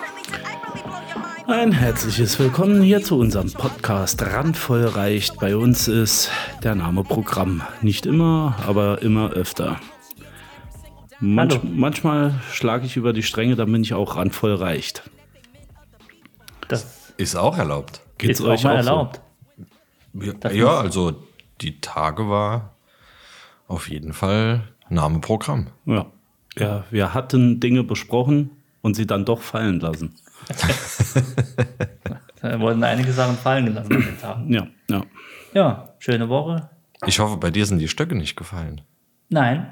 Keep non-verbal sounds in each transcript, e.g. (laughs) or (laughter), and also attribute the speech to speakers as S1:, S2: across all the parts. S1: really, did I really blow your mind?
S2: Ein herzliches Willkommen hier zu unserem Podcast Randvoll reicht. Bei uns ist der Name Programm. Nicht immer, aber immer öfter. Manch,
S3: Hallo.
S2: manchmal schlage ich über die Stränge, dann bin ich auch randvoll reicht.
S3: Das
S4: Ist auch erlaubt.
S2: Geht's
S3: ist auch mal
S2: so?
S3: erlaubt.
S4: Ja, ja, also die Tage war auf jeden Fall Name Programm.
S2: Ja. ja, wir hatten Dinge besprochen und sie dann doch fallen lassen.
S3: Da wurden einige Sachen fallen gelassen an den Tagen.
S2: Ja, ja.
S3: Ja, schöne Woche.
S4: Ich hoffe, bei dir sind die Stöcke nicht gefallen.
S3: Nein.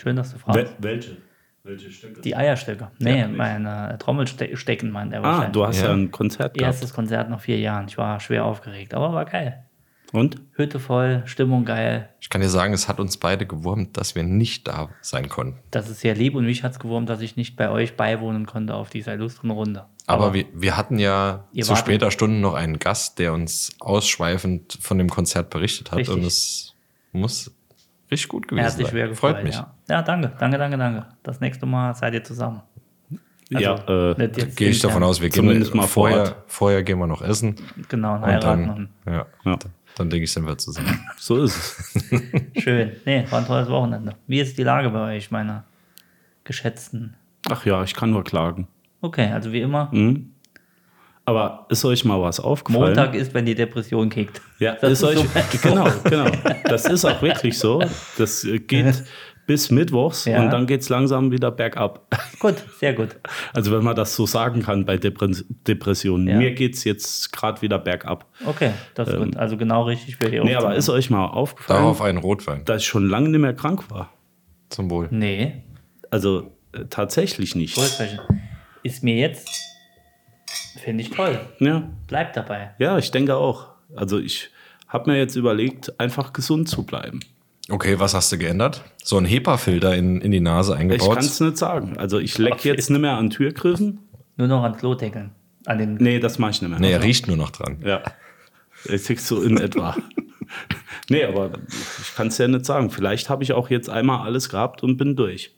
S3: Schön, dass du fragst.
S2: welche? Welche Stücke?
S3: Die Eierstöcke. Nee,
S2: Ja, nicht.
S3: meine Trommelstecken meint er
S2: Ah,
S3: wahrscheinlich.
S2: du hast ja,
S4: Ja.
S2: ein Konzert gehabt.
S3: Erstes Konzert nach vier Jahren. Ich war schwer aufgeregt, aber war geil.
S2: Und?
S3: Hütte voll, Stimmung geil.
S4: Ich kann dir sagen, es hat uns beide gewurmt, dass wir nicht da sein konnten.
S3: Das ist sehr lieb und mich hat's gewurmt, dass ich nicht bei euch beiwohnen konnte auf dieser illustren Runde.
S4: Aber, wir, wir hatten ja
S3: Ihr
S4: zu
S3: wart-
S4: später Stunde noch einen Gast, der uns ausschweifend von dem Konzert berichtet hat.
S3: Richtig.
S4: Und es muss richtig
S3: er
S4: gut gewesen
S3: hat sich
S4: sein.
S3: schwer gefreut.
S4: Freut mich.
S3: Ja. ja, danke, danke, danke, danke. Das nächste Mal seid ihr zusammen. Also
S2: ja, äh,
S3: nicht jetzt
S4: Gehe ich davon
S3: intern.
S4: aus, wir
S2: Zumindest
S4: gehen
S2: mal vor
S4: vorher,
S2: Ort.
S4: vorher gehen wir noch essen.
S3: Genau, und
S4: Und
S3: heiraten
S4: dann,
S3: und
S4: ja,
S2: Ja.
S4: dann denke ich, sind wir
S3: (laughs)
S4: zusammen.
S2: so ist es.
S3: Schön. Nee, war ein tolles Wochenende. Wie ist die Lage bei euch, meine geschätzten?
S2: Ach ja, ich kann nur klagen.
S3: Okay, also wie immer,
S2: Mhm, Aber ist euch mal was aufgefallen?
S3: Montag ist, wenn die Depression kickt.
S2: Ja,
S3: Das
S2: ist euch, (laughs)
S3: so-
S2: genau, genau. Das ist auch wirklich so. Das äh, geht bis Mittwochs
S3: Ja.
S2: und dann geht es langsam wieder bergab. (laughs)
S3: Gut, sehr gut.
S2: Also wenn man das so sagen kann bei Depres- Depressionen.
S3: Ja.
S2: Mir geht es jetzt gerade wieder bergab.
S3: Okay, das ist gut. Also genau richtig für die
S2: Ähm. Nee, aber ist euch mal aufgefallen,
S4: Darauf einen Rotwein
S2: dass ich schon lange nicht mehr krank war?
S4: zum Wohl.
S3: Nee,
S2: Also äh, tatsächlich nicht.
S3: Vollzeichen. Ist mir jetzt. Finde ich toll.
S2: Ja,
S3: Bleib dabei.
S2: ja, ich denke auch. Also ich habe mir jetzt überlegt, einfach gesund zu bleiben.
S4: Okay, was hast du geändert? So ein HEPA-Filter in, in die Nase
S2: Ich
S4: eingebaut.
S2: kann es nicht sagen. Also ich leck
S3: Okay.
S2: jetzt nicht mehr an Türgriffen.
S3: Nur noch ans Klo deckeln. An den.
S2: Nee, das mache ich nicht mehr.
S4: nee, er riecht nur noch dran.
S2: Ja. Ich krieg's so in etwa. (laughs) nee, aber ich kann es ja nicht sagen. Vielleicht habe ich auch jetzt einmal alles gehabt und bin durch.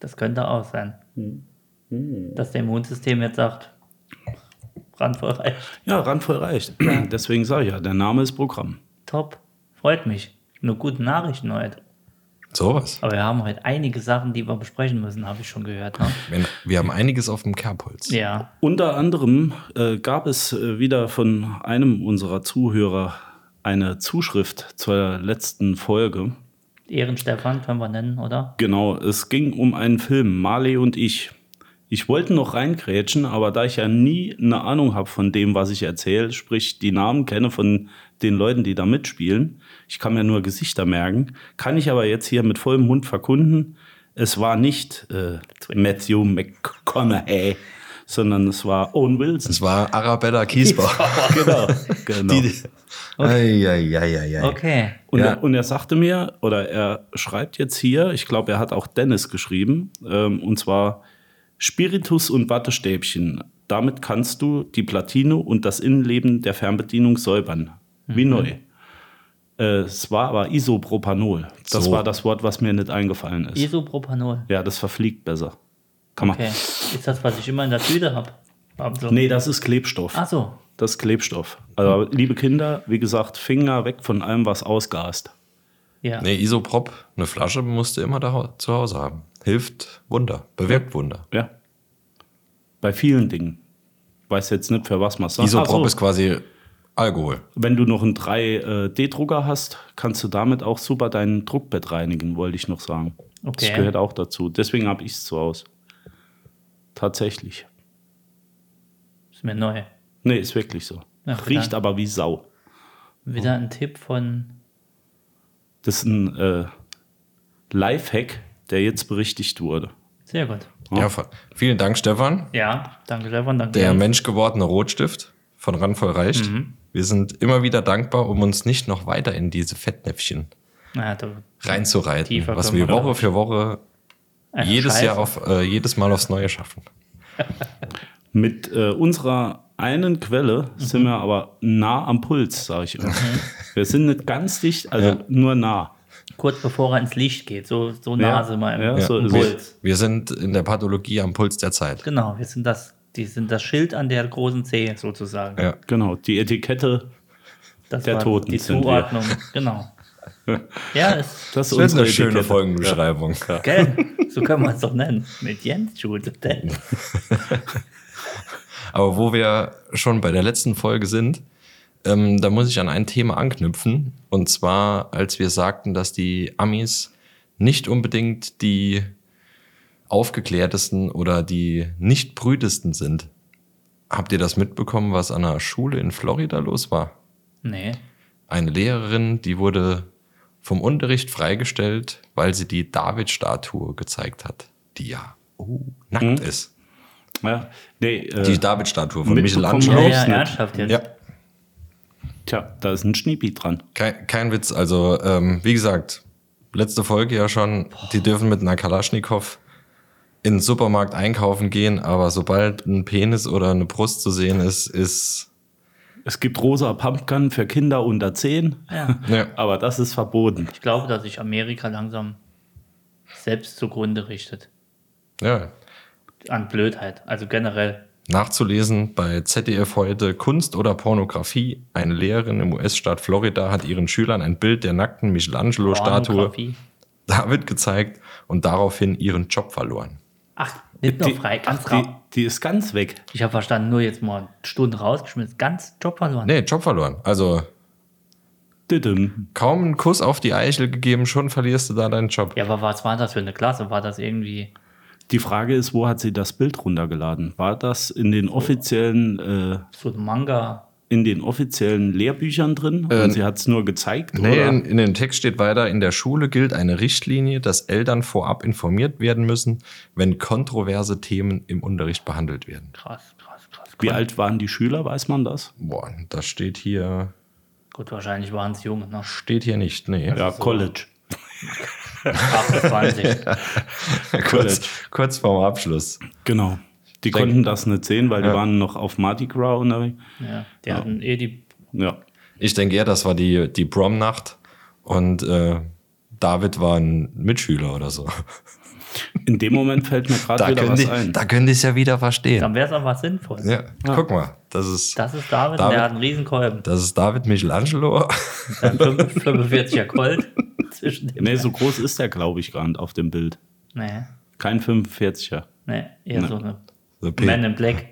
S3: Das könnte auch sein.
S2: Mhm.
S3: Dass der Immunsystem jetzt sagt: brandvoll reicht.
S2: Ja, randvoll reicht. (clears throat) Deswegen sage ich ja, der Name ist Programm.
S3: Top. Freut mich. Nur gute Nachrichten heute.
S4: Sowas.
S3: Aber wir haben heute einige Sachen, die wir besprechen müssen, habe ich schon gehört. Ne?
S2: (laughs)
S4: Wir, wir haben einiges auf dem Kerbholz.
S3: Ja,
S2: Unter anderem äh, gab es äh, wieder von einem unserer Zuhörer eine Zuschrift zur letzten Folge.
S3: Ehrenstefan können wir nennen, oder?
S2: Genau, es ging um einen Film, Marley und ich. Ich wollte noch reingrätschen, aber da ich ja nie eine Ahnung habe von dem, was ich erzähle, sprich die Namen kenne von den Leuten, die da mitspielen, ich kann mir nur Gesichter merken, kann ich aber jetzt hier mit vollem Mund verkunden, es war nicht äh, Matthew McConaughey, sondern es war Owen Wilson.
S4: (laughs) Es war Arabella
S2: (laughs)
S4: Kiesbach.
S2: genau, genau.
S4: Eieieiei.
S3: Okay.
S2: Und,
S4: Ja.
S2: er, und er sagte mir, oder er schreibt jetzt hier, ich glaube, er hat auch Dennis geschrieben, ähm, und zwar Spiritus und Wattestäbchen. Damit kannst du die Platine und das Innenleben der Fernbedienung säubern. Wie neu. Äh, es war aber Isopropanol. Das
S4: So.
S2: war das Wort, was mir nicht eingefallen ist.
S3: Isopropanol.
S2: ja, das verfliegt besser. Kann man.
S3: Okay. Ist das, was ich immer in der Tüte habe? Also,
S2: Nee, das ist Klebstoff.
S3: Ach so.
S2: Das ist Klebstoff. Also, liebe Kinder, wie gesagt, Finger weg von allem, was ausgast.
S3: Ja.
S4: Nee, Isoprop, eine Flasche musst du immer da, zu Hause haben. Hilft Wunder, bewirkt Wunder.
S2: Ja. Bei vielen Dingen. Weiß jetzt nicht, für was man sagt.
S4: Isoprop
S2: Ach so,
S4: ist quasi Alkohol.
S2: wenn du noch einen 3D-Drucker hast, kannst du damit auch super dein Druckbett reinigen, wollte ich noch sagen.
S3: Okay.
S2: Das gehört auch dazu. Deswegen habe ich es zu Hause. Tatsächlich.
S3: Ist mir neu.
S2: Nee, ist wirklich so.
S3: Ja,
S2: Riecht
S3: klar.
S2: aber wie Sau. Oh.
S3: Wieder ein Tipp von.
S2: Das ist ein äh, Lifehack, der jetzt berichtigt wurde.
S3: Sehr gut.
S2: Ja.
S4: Ja, voll. vielen Dank, Stefan.
S3: Ja, danke, Stefan. Danke.
S4: Der
S3: Jens.
S4: Mensch gewordene Rotstift von
S2: Mhm.
S4: Randvoll reicht. Wir sind immer wieder dankbar, um uns nicht noch weiter in diese Fettnäpfchen
S3: Ja, du,
S4: reinzureiten,
S3: Tiefer
S4: was
S3: können
S4: wir
S3: wir
S4: Woche
S3: doch
S4: für Woche
S3: Eine
S4: jedes
S3: Scheiße.
S4: Jahr auf äh, jedes Mal aufs Neue schaffen.
S2: Mit äh, unserer einen Quelle sind wir aber nah am Puls, sage ich immer. Wir sind nicht ganz dicht, also
S4: Ja.
S2: nur nah.
S3: kurz bevor er ins Licht geht, so, so nah
S2: Ja,
S3: sind wir im
S2: ja, so ist
S3: Puls.
S4: Wir sind in der Pathologie am Puls der Zeit.
S3: Genau, wir sind das, die sind das Schild an der großen Zehe sozusagen.
S4: Ja.
S2: Genau, die Etikette,
S3: Das
S2: Der
S3: war
S2: Toten
S3: die
S2: sind wir.
S3: Zuordnung,
S2: (laughs)
S3: genau. ja,
S2: das
S3: ist,
S2: ist
S4: Das ist
S2: unsere
S4: eine schöne
S2: Etikette.
S4: Folgenbeschreibung.
S3: gell, so können wir es doch nennen. Mit Jens Schulze. denn-
S4: Aber wo wir schon bei der letzten Folge sind, ähm, da muss ich an ein Thema anknüpfen. Und zwar, als wir sagten, dass die Amis nicht unbedingt die aufgeklärtesten oder die nicht brütesten sind. Habt ihr das mitbekommen, was an einer Schule in Florida los war?
S3: Nee,
S4: Eine Lehrerin, die wurde vom Unterricht freigestellt, weil sie die David-Statue gezeigt hat, die ja oh, nackt ist.
S2: Hm? Ja, nee, äh,
S4: Die David-Statue von
S2: mitbekommen
S4: Michelangelo.
S3: ja,
S2: Glaub's
S3: ja,
S2: nicht.
S3: ernsthaft jetzt.
S4: Ja,
S2: tja, da ist ein Schniepi dran.
S4: kein, kein Witz. Also, ähm, wie gesagt, letzte Folge ja schon, die dürfen mit einer Kalaschnikow in den Supermarkt einkaufen gehen, aber sobald ein Penis oder eine Brust zu sehen ist, ist.
S2: Es gibt rosa Pumpgun für Kinder unter 10,
S3: Ja.
S4: Ja.
S2: aber das ist verboten.
S3: Ich glaube, dass sich Amerika langsam selbst zugrunde richtet.
S4: ja.
S3: An Blödheit, also generell.
S4: Nachzulesen bei ZDF heute Kunst oder Pornografie. Eine Lehrerin im US-Staat Florida hat ihren Schülern ein Bild der nackten Michelangelo-Statue
S3: Pornografie.
S4: David gezeigt und daraufhin ihren Job verloren.
S3: Ach, nicht nur frei, ganz
S2: ach, die,
S3: raus.
S2: die ist ganz weg.
S3: Ich habe verstanden, nur jetzt mal Stunden rausgeschmissen, ganz Job verloren.
S4: Nee, Job verloren. Also
S2: Didim.
S4: kaum einen Kuss auf die Eichel gegeben, schon verlierst du da deinen Job.
S3: Ja, aber was war das für eine Klasse? War das irgendwie
S2: Die Frage ist, wo hat sie das Bild runtergeladen? War das in den offiziellen, äh,
S3: so ein Manga?
S2: in den offiziellen Lehrbüchern drin?
S4: Äh,
S2: und sie hat es nur gezeigt?
S4: Nee,
S2: oder?
S4: in, in dem Text steht weiter, in der Schule gilt eine Richtlinie, dass Eltern vorab informiert werden müssen, wenn kontroverse Themen im Unterricht behandelt werden.
S3: Krass, krass, krass.
S2: Wie alt waren die Schüler, weiß man das?
S4: Boah, das steht hier,
S3: Gut, wahrscheinlich waren es junge, ne?
S4: steht hier nicht, nee.
S2: Ja, College.
S3: (laughs) 28.
S4: (laughs) kurz, kurz vorm Abschluss.
S2: Genau. Die
S4: Denk-
S2: konnten das nicht sehen, weil
S4: Ja.
S2: die waren noch auf Mardi Gras unterwegs.
S3: ja, die hatten eh die.
S2: Ja.
S4: Ich denke eher, das war die, die Prom-Nacht und äh, David war ein Mitschüler oder so.
S2: In dem Moment fällt mir gerade
S4: Da
S2: wieder
S4: könnte,
S2: was
S4: ich,
S2: ein.
S4: da könnte ich es ja wieder verstehen.
S3: Dann wäre es aber was Sinnvolles.
S4: Ja, guck mal, das ist,
S3: Das ist David,
S4: David-
S3: der hat einen riesen Kolben.
S4: das ist David Michelangelo. (laughs)
S3: Dann 45er Colt (laughs) zwischen dem.
S2: Nee, so groß ist der, glaube ich, gar nicht auf dem Bild.
S3: Nee,
S2: Kein 45er.
S3: nee, eher so eine
S4: So P-
S3: Man in Black.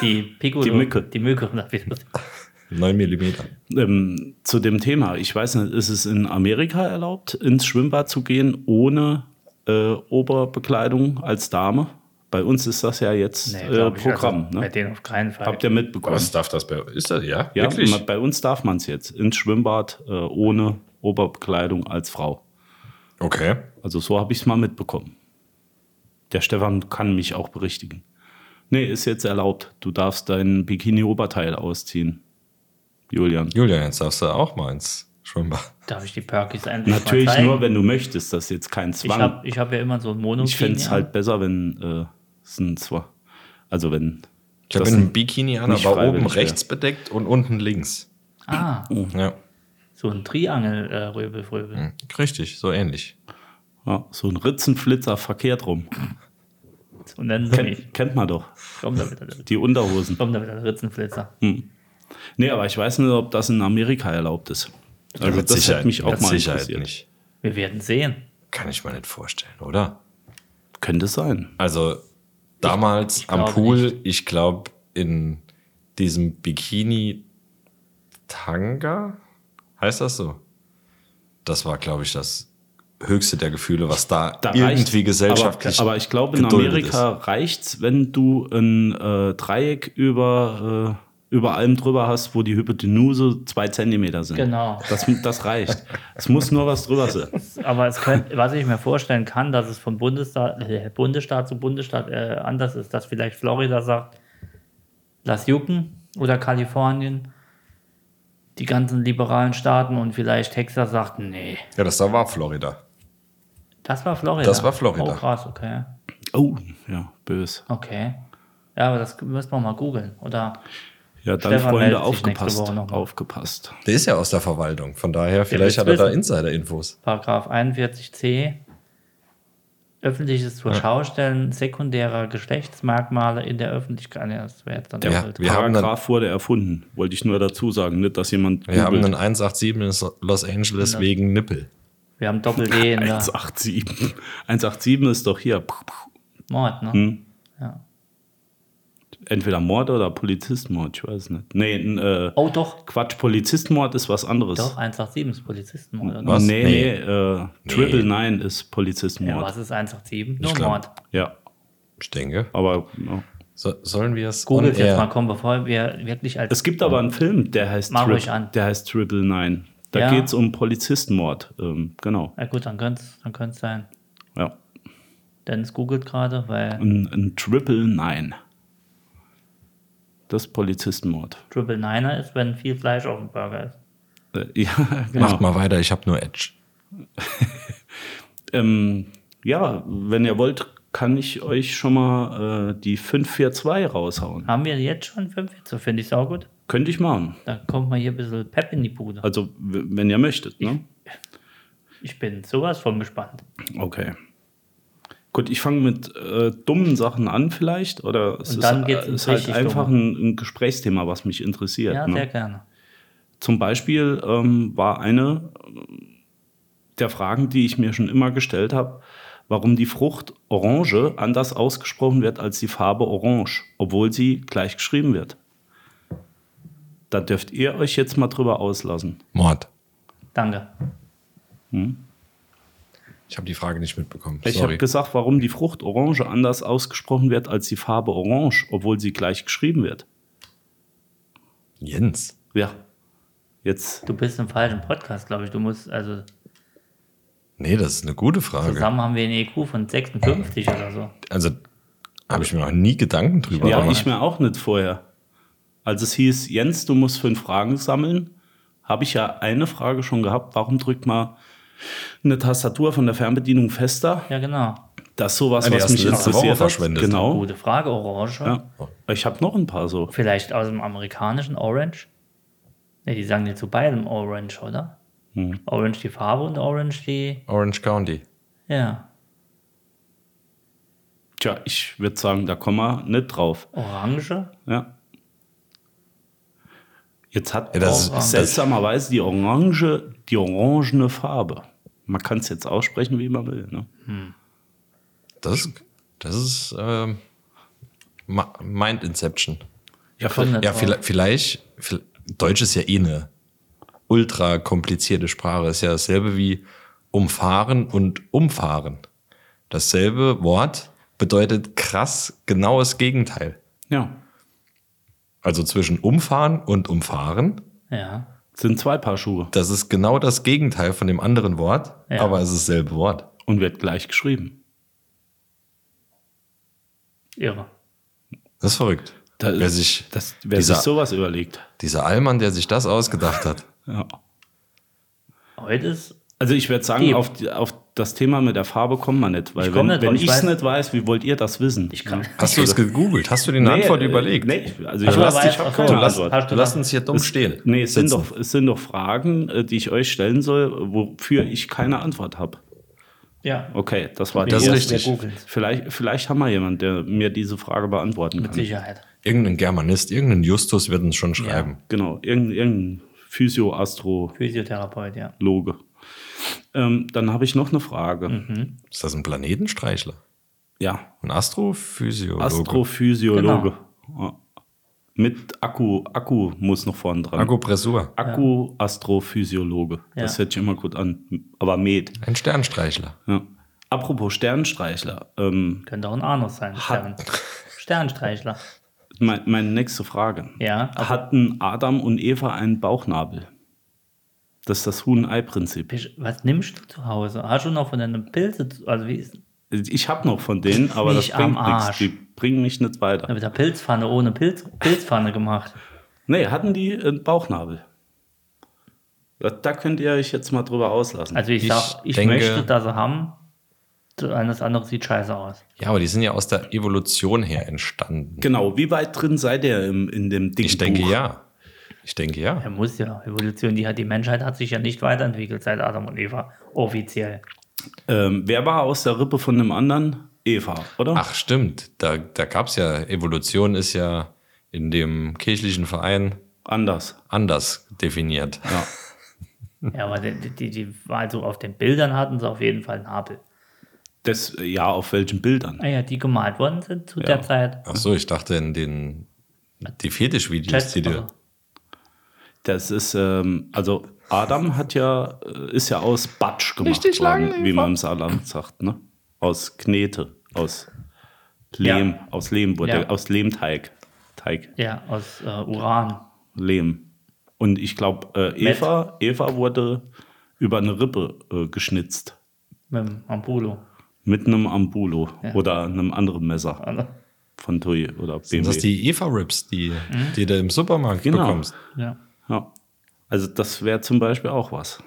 S3: Die Piccolo.
S2: Die Mücke.
S3: Die Mücke. Na, wie-
S4: 9 Millimeter.
S2: Ähm, zu dem Thema, ich weiß nicht, ist es in Amerika erlaubt, ins Schwimmbad zu gehen ohne äh, Oberbekleidung als Dame? Bei uns ist das ja jetzt
S3: Nee,
S2: äh,
S3: glaub ich,
S2: Programm.
S3: also Bei
S2: ne?
S3: denen auf keinen Fall.
S2: Habt ihr mitbekommen?
S4: darf das bei. Ist das, ja?
S2: Ja, ma- bei uns darf man es jetzt ins Schwimmbad äh, ohne Oberbekleidung als Frau.
S4: Okay.
S2: Also so habe ich es mal mitbekommen. Der Stefan kann mich auch berichtigen. Nee, ist jetzt erlaubt. Du darfst deinen Bikini-Oberteil ausziehen. Julian.
S4: Julian, jetzt darfst du auch mal ins Schwimmbad.
S3: Darf ich die Perkys endlich mal
S2: Natürlich
S3: zeigen?
S2: nur, wenn du möchtest. Das ist jetzt kein
S3: Ich
S2: Zwang.
S3: habe ich hab ja immer so ein Mono.
S2: Ich, fänd's fände es halt besser, wenn äh, es ein Zwang. Also wenn.
S4: Ich habe
S2: das-
S4: einen Bikini an,
S2: nicht
S4: aber oben
S2: freiwillig, ja.
S4: rechts bedeckt und unten links.
S3: Ah,
S4: Hm. Ja,
S3: so ein äh, Triangel-Röbel-Röbel.
S2: Hm.
S4: richtig, so ähnlich.
S2: ja, so ein Ritzenflitzer verkehrt rum.
S3: Und
S2: (laughs)
S3: dann so ich.
S2: Kennt, kennt man doch.
S3: Komm da mit
S2: Die Unterhosen.
S3: Komm da mit der Ritzenflitzer.
S2: Hm. Nee, aber ich weiß nicht, ob das in Amerika erlaubt ist. Also
S4: Mit
S2: das
S4: Sicherheit-
S2: hat mich auch
S4: mit
S2: mal
S4: Sicherheit
S2: interessiert.
S4: nicht.
S3: Wir werden sehen.
S4: Kann ich mir nicht vorstellen, oder?
S2: Könnte sein.
S4: Also damals am
S3: glaube
S4: Pool, ich glaube, in diesem Bikini Tanga, heißt das so? Das war, glaube ich, das höchste der Gefühle, was da,
S2: Da
S4: irgendwie
S2: reicht's.
S4: gesellschaftlich
S2: Aber, aber ich glaube, in
S4: geduldet
S2: Amerika reicht's, wenn du ein äh, Dreieck über, äh, über allem drüber hast, wo die Hypotenuse zwei Zentimeter sind.
S3: Genau.
S2: Das, das reicht. es muss nur was drüber
S3: (laughs)
S2: sein.
S3: Aber es könnt, was ich mir vorstellen kann, dass es von Bundesstaat, äh, Bundesstaat zu Bundesstaat äh, anders ist, dass vielleicht Florida sagt, lass jucken oder Kalifornien. die ganzen liberalen Staaten und vielleicht Texas sagt, nee,
S4: Ja, das da war Florida.
S3: das war Florida.
S4: Das war Florida.
S3: Oh, krass, okay.
S2: Oh, ja, bös.
S3: Okay. Ja, aber das müssen wir mal googeln, oder?
S2: Ja, dann,
S3: Stefan meldet
S2: Freunde,
S3: sich nächste
S2: aufgepasst.
S3: Woche noch mal.
S2: Aufgepasst.
S4: Der ist ja aus der Verwaltung. Von daher, vielleicht
S3: will's
S4: hat er da
S3: wissen.
S4: Insider-Infos.
S3: Paragraph 41c. Öffentliches Zurschaustellen sekundärer Geschlechtsmerkmale in der Öffentlichkeit. Ja, das wäre jetzt dann
S4: Ja,
S3: doppelt.
S4: wir haben einen,
S2: Paragraph wurde erfunden, wollte ich nur dazu sagen, nicht, dass jemand
S4: wir haben einen
S2: googelt.
S4: 187 in Los Angeles wegen Nippel.
S3: Wir haben
S4: (laughs)
S3: Doppel-D in der
S2: (laughs) 187. 187 ist doch hier puh, puh,
S3: Mord, ne?
S2: Hm. entweder Mord oder Polizistenmord, ich weiß nicht. Nee, n, äh,
S3: Oh, doch.
S2: Quatsch, Polizistenmord ist was anderes.
S3: Doch, 187 ist Polizistenmord, oder?
S4: Was?
S2: Nee,
S4: Nee.
S2: nee, äh, Triple Nine ist Polizistenmord.
S3: Ja, was ist 187? Nur
S4: glaub-
S3: Mord.
S2: Ja,
S4: Ich denke.
S2: aber ja.
S4: So, sollen wir es
S3: Google
S4: on
S3: jetzt
S4: air-
S3: mal, komm, bevor wir wirklich als.
S2: es gibt aber einen Film, der heißt,
S3: Mach
S2: Trip-
S3: ruhig an.
S2: der heißt Triple Nine. Da
S3: Ja.
S2: geht es um Polizistenmord. Ähm, genau.
S3: Na gut, dann könnte es dann könnte sein.
S2: Ja.
S3: Dennis googelt gerade, weil
S2: Ein, ein Triple Nine. Das ist Polizistenmord.
S3: Triple Niner ist, wenn viel Fleisch auf dem Burger ist.
S2: Äh, (laughs) ja, genau.
S4: Macht mal weiter, ich habe nur Edge.
S2: Ähm, ja, wenn ihr wollt, kann ich euch schon mal äh, die 542 raushauen.
S3: Haben wir jetzt schon 5? So finde ich saugut.
S2: Könnte ich machen.
S3: Da kommt mal hier ein bisschen Pep in die Bude.
S2: Also, w- wenn ihr möchtet. Ne?
S3: Ich bin sowas von gespannt.
S2: Okay. Gut, ich fange mit äh, dummen Sachen an vielleicht. Oder es
S3: Und
S2: ist,
S3: dann geht's
S2: äh,
S3: ins
S2: ist halt
S3: richtig
S2: einfach ein, ein Gesprächsthema, was mich interessiert.
S3: Ja,
S2: ne?
S3: sehr gerne.
S2: Zum Beispiel ähm, war eine ähm, der Fragen, die ich mir schon immer gestellt habe, warum die Frucht Orange anders ausgesprochen wird als die Farbe Orange, obwohl sie gleich geschrieben wird. Da dürft ihr euch jetzt mal drüber auslassen.
S4: Mord.
S3: Danke.
S4: Ich habe die Frage nicht mitbekommen.
S2: Ich habe
S4: Sorry.
S2: gesagt, warum die Frucht Orange anders ausgesprochen wird als die Farbe Orange, obwohl sie gleich geschrieben wird.
S4: Jens.
S2: Ja. Jetzt.
S3: Du bist im falschen Podcast, glaube ich. Du musst, also
S4: Nee, das ist eine gute Frage.
S3: zusammen haben wir einen EQ von 56 oder so.
S4: Also habe ich mir noch nie Gedanken drüber
S2: Ja,
S4: gemacht.
S2: ich mir auch nicht vorher. Als es hieß, Jens, du musst fünf Fragen sammeln, habe ich ja eine Frage schon gehabt. Warum drückt man eine Tastatur von der Fernbedienung fester?
S3: Ja, genau.
S2: Das ist sowas,
S4: Die
S2: was
S4: hast du
S2: mich
S4: letzte Woche
S2: interessiert hat.
S4: verschwendet.
S2: Genau.
S3: Gute Frage, Orange.
S2: Ja. Ich habe noch ein paar so.
S3: Vielleicht aus dem amerikanischen Orange? Ne, die sagen ja zu beidem Orange, oder?
S4: Hm.
S3: Orange die Farbe und Orange die.
S4: Orange County.
S3: Ja.
S2: Tja, ich würde sagen, da kommen wir nicht drauf.
S3: Orange?
S2: Ja. Jetzt hat
S4: Ja, das
S2: auch
S4: ist-
S2: seltsamerweise die orange, die orangene Farbe. Man kann es jetzt aussprechen, wie man will. Ne?
S4: Das, das ist ähm, Ma- Mind Inception.
S2: Ja,
S3: Kommen
S4: Ja,
S3: nicht drauf.
S4: vielleicht, vielleicht, viel- Deutsch ist ja eh eine ultra komplizierte Sprache. Ist ja dasselbe wie umfahren und umfahren. Dasselbe Wort bedeutet krass genaues Gegenteil.
S2: ja.
S4: Also zwischen umfahren und umfahren,
S3: Ja.
S2: Sind zwei Paar Schuhe.
S4: das ist genau das Gegenteil von dem anderen Wort,
S3: Ja.
S4: aber es ist dasselbe Wort.
S2: und wird gleich geschrieben.
S3: Irre.
S4: Das ist verrückt.
S2: Da-
S4: wer sich,
S2: Das, wer
S4: dieser,
S2: sich sowas überlegt.
S4: dieser Allmann, der sich das ausgedacht hat.
S2: Ja.
S3: Heute ist.
S2: Also ich würde sagen,
S3: Eben.
S2: auf, die- auf das Thema mit der Farbe kommen wir nicht, weil
S3: Ich
S2: wenn,
S3: komm nicht drauf,
S2: wenn
S3: ich
S2: ich es
S3: weiß-
S2: nicht weiß, wie wollt ihr das wissen?
S3: Ich kann.
S4: Hast du es gegoogelt? Hast du dir eine
S2: Nee,
S4: Antwort
S2: äh,
S4: überlegt?
S2: Nee, also ich
S3: Also
S2: lass
S3: war
S2: dich
S3: jetzt-
S2: auch
S3: ach so,
S2: keine
S3: lass-
S2: Antwort.
S3: hast du
S4: Lass
S3: das-
S4: uns hier dumm stehen.
S2: Nee, es sind,
S4: Sitzen.
S2: doch, es sind doch Fragen, äh, die ich euch stellen soll, wofür ich keine Antwort habe.
S3: Ja.
S2: Okay, das war die
S4: Das ist
S2: erste.
S4: richtig.
S3: Wir googeln's.
S2: Vielleicht, vielleicht haben wir jemanden, der mir diese Frage beantworten
S3: Mit
S2: kann.
S3: Sicherheit.
S4: Irgendein Germanist, irgendein Justus wird uns schon schreiben.
S2: Genau, irgendein, irgendein Physio-Astrologe.
S3: Physiotherapeut, ja.
S2: Ähm, dann habe ich noch eine Frage.
S4: Mhm. Ist das ein Planetenstreichler?
S2: Ja,
S4: Ein Astrophysiologe?
S2: Astrophysiologe.
S4: Genau.
S2: Ja. Mit Akku, Akku muss noch vorne dran.
S4: Agopressur.
S2: Akku Astrophysiologe. Das
S3: Ja.
S2: hört sich immer gut an. Aber Med.
S4: Ein Sternstreichler.
S2: Ja. Apropos Sternstreichler. Ähm,
S3: Könnte auch ein Anus sein. Stern. Sternstreichler.
S2: mein, meine nächste Frage.
S3: Ja, aber-
S2: Hatten Adam und Eva einen Bauchnabel? Das ist das Huhn-Ei-Prinzip.
S3: Bisch- Was nimmst du zu Hause? Hast du noch von deinen Pilze? Zu, also, wie ist.
S2: Ich habe noch von denen, aber das
S3: Mich am
S2: bringt nichts.
S3: Arsch.
S2: Die bringen mich nicht
S3: Da
S2: weiter.
S3: wird der Pilzpfanne ohne Pilz, Pilzpfanne gemacht.
S2: Nee, hatten die einen Bauchnabel? Ja, da könnt ihr euch jetzt mal drüber auslassen.
S3: Also ich,
S4: Ich
S3: sag, ich
S4: denke-
S3: möchte, dass sie haben. Alles andere sieht scheiße aus.
S4: Ja, aber die sind ja aus der Evolution her entstanden.
S2: genau, wie weit drin seid ihr im, in dem Ding?
S4: Ich denke ja. Ich denke ja.
S3: Er muss ja. Evolution, die hat die Menschheit hat sich ja nicht weiterentwickelt seit Adam und Eva. Offiziell.
S2: Ähm, wer war aus der Rippe von einem anderen? Eva, oder?
S4: Ach, stimmt. Da, da gab es ja, Evolution ist ja in dem kirchlichen Verein
S2: Anders.
S4: anders definiert.
S2: Ja.
S4: Mhm.
S3: Ja, aber die, die, die, also auf den Bildern hatten sie auf jeden Fall einen Apel.
S2: Das, ja, auf welchen Bildern?
S3: Naja, die gemalt worden sind zu der Zeit.
S4: Ach so, ich dachte in den die Fetischvideos,
S3: Chat,
S4: die dir.
S3: also,
S2: Das ist, ähm, also Adam hat ja, äh, ist ja aus Batsch gemacht worden, wie man im Saarland sagt, ne? Aus Knete, aus Lehm,
S3: Ja.
S2: aus Lehm wurde,
S3: Ja.
S2: aus Lehmteig, Teig,
S3: ja, aus äh, Uran.
S2: Lehm. Und ich glaube, äh,
S3: Met.
S2: Eva, Eva wurde über eine Rippe äh, geschnitzt.
S3: Mit dem Ampulo.
S2: Mit einem Ambulo oder einem anderen Messer
S3: Also,
S2: von Tui oder BMW.
S4: Sind das die Eva-Rips, die,
S3: Mhm.
S4: die du im Supermarkt
S2: Genau.
S4: bekommst?
S3: ja.
S2: Ja. Also das wäre zum Beispiel auch was.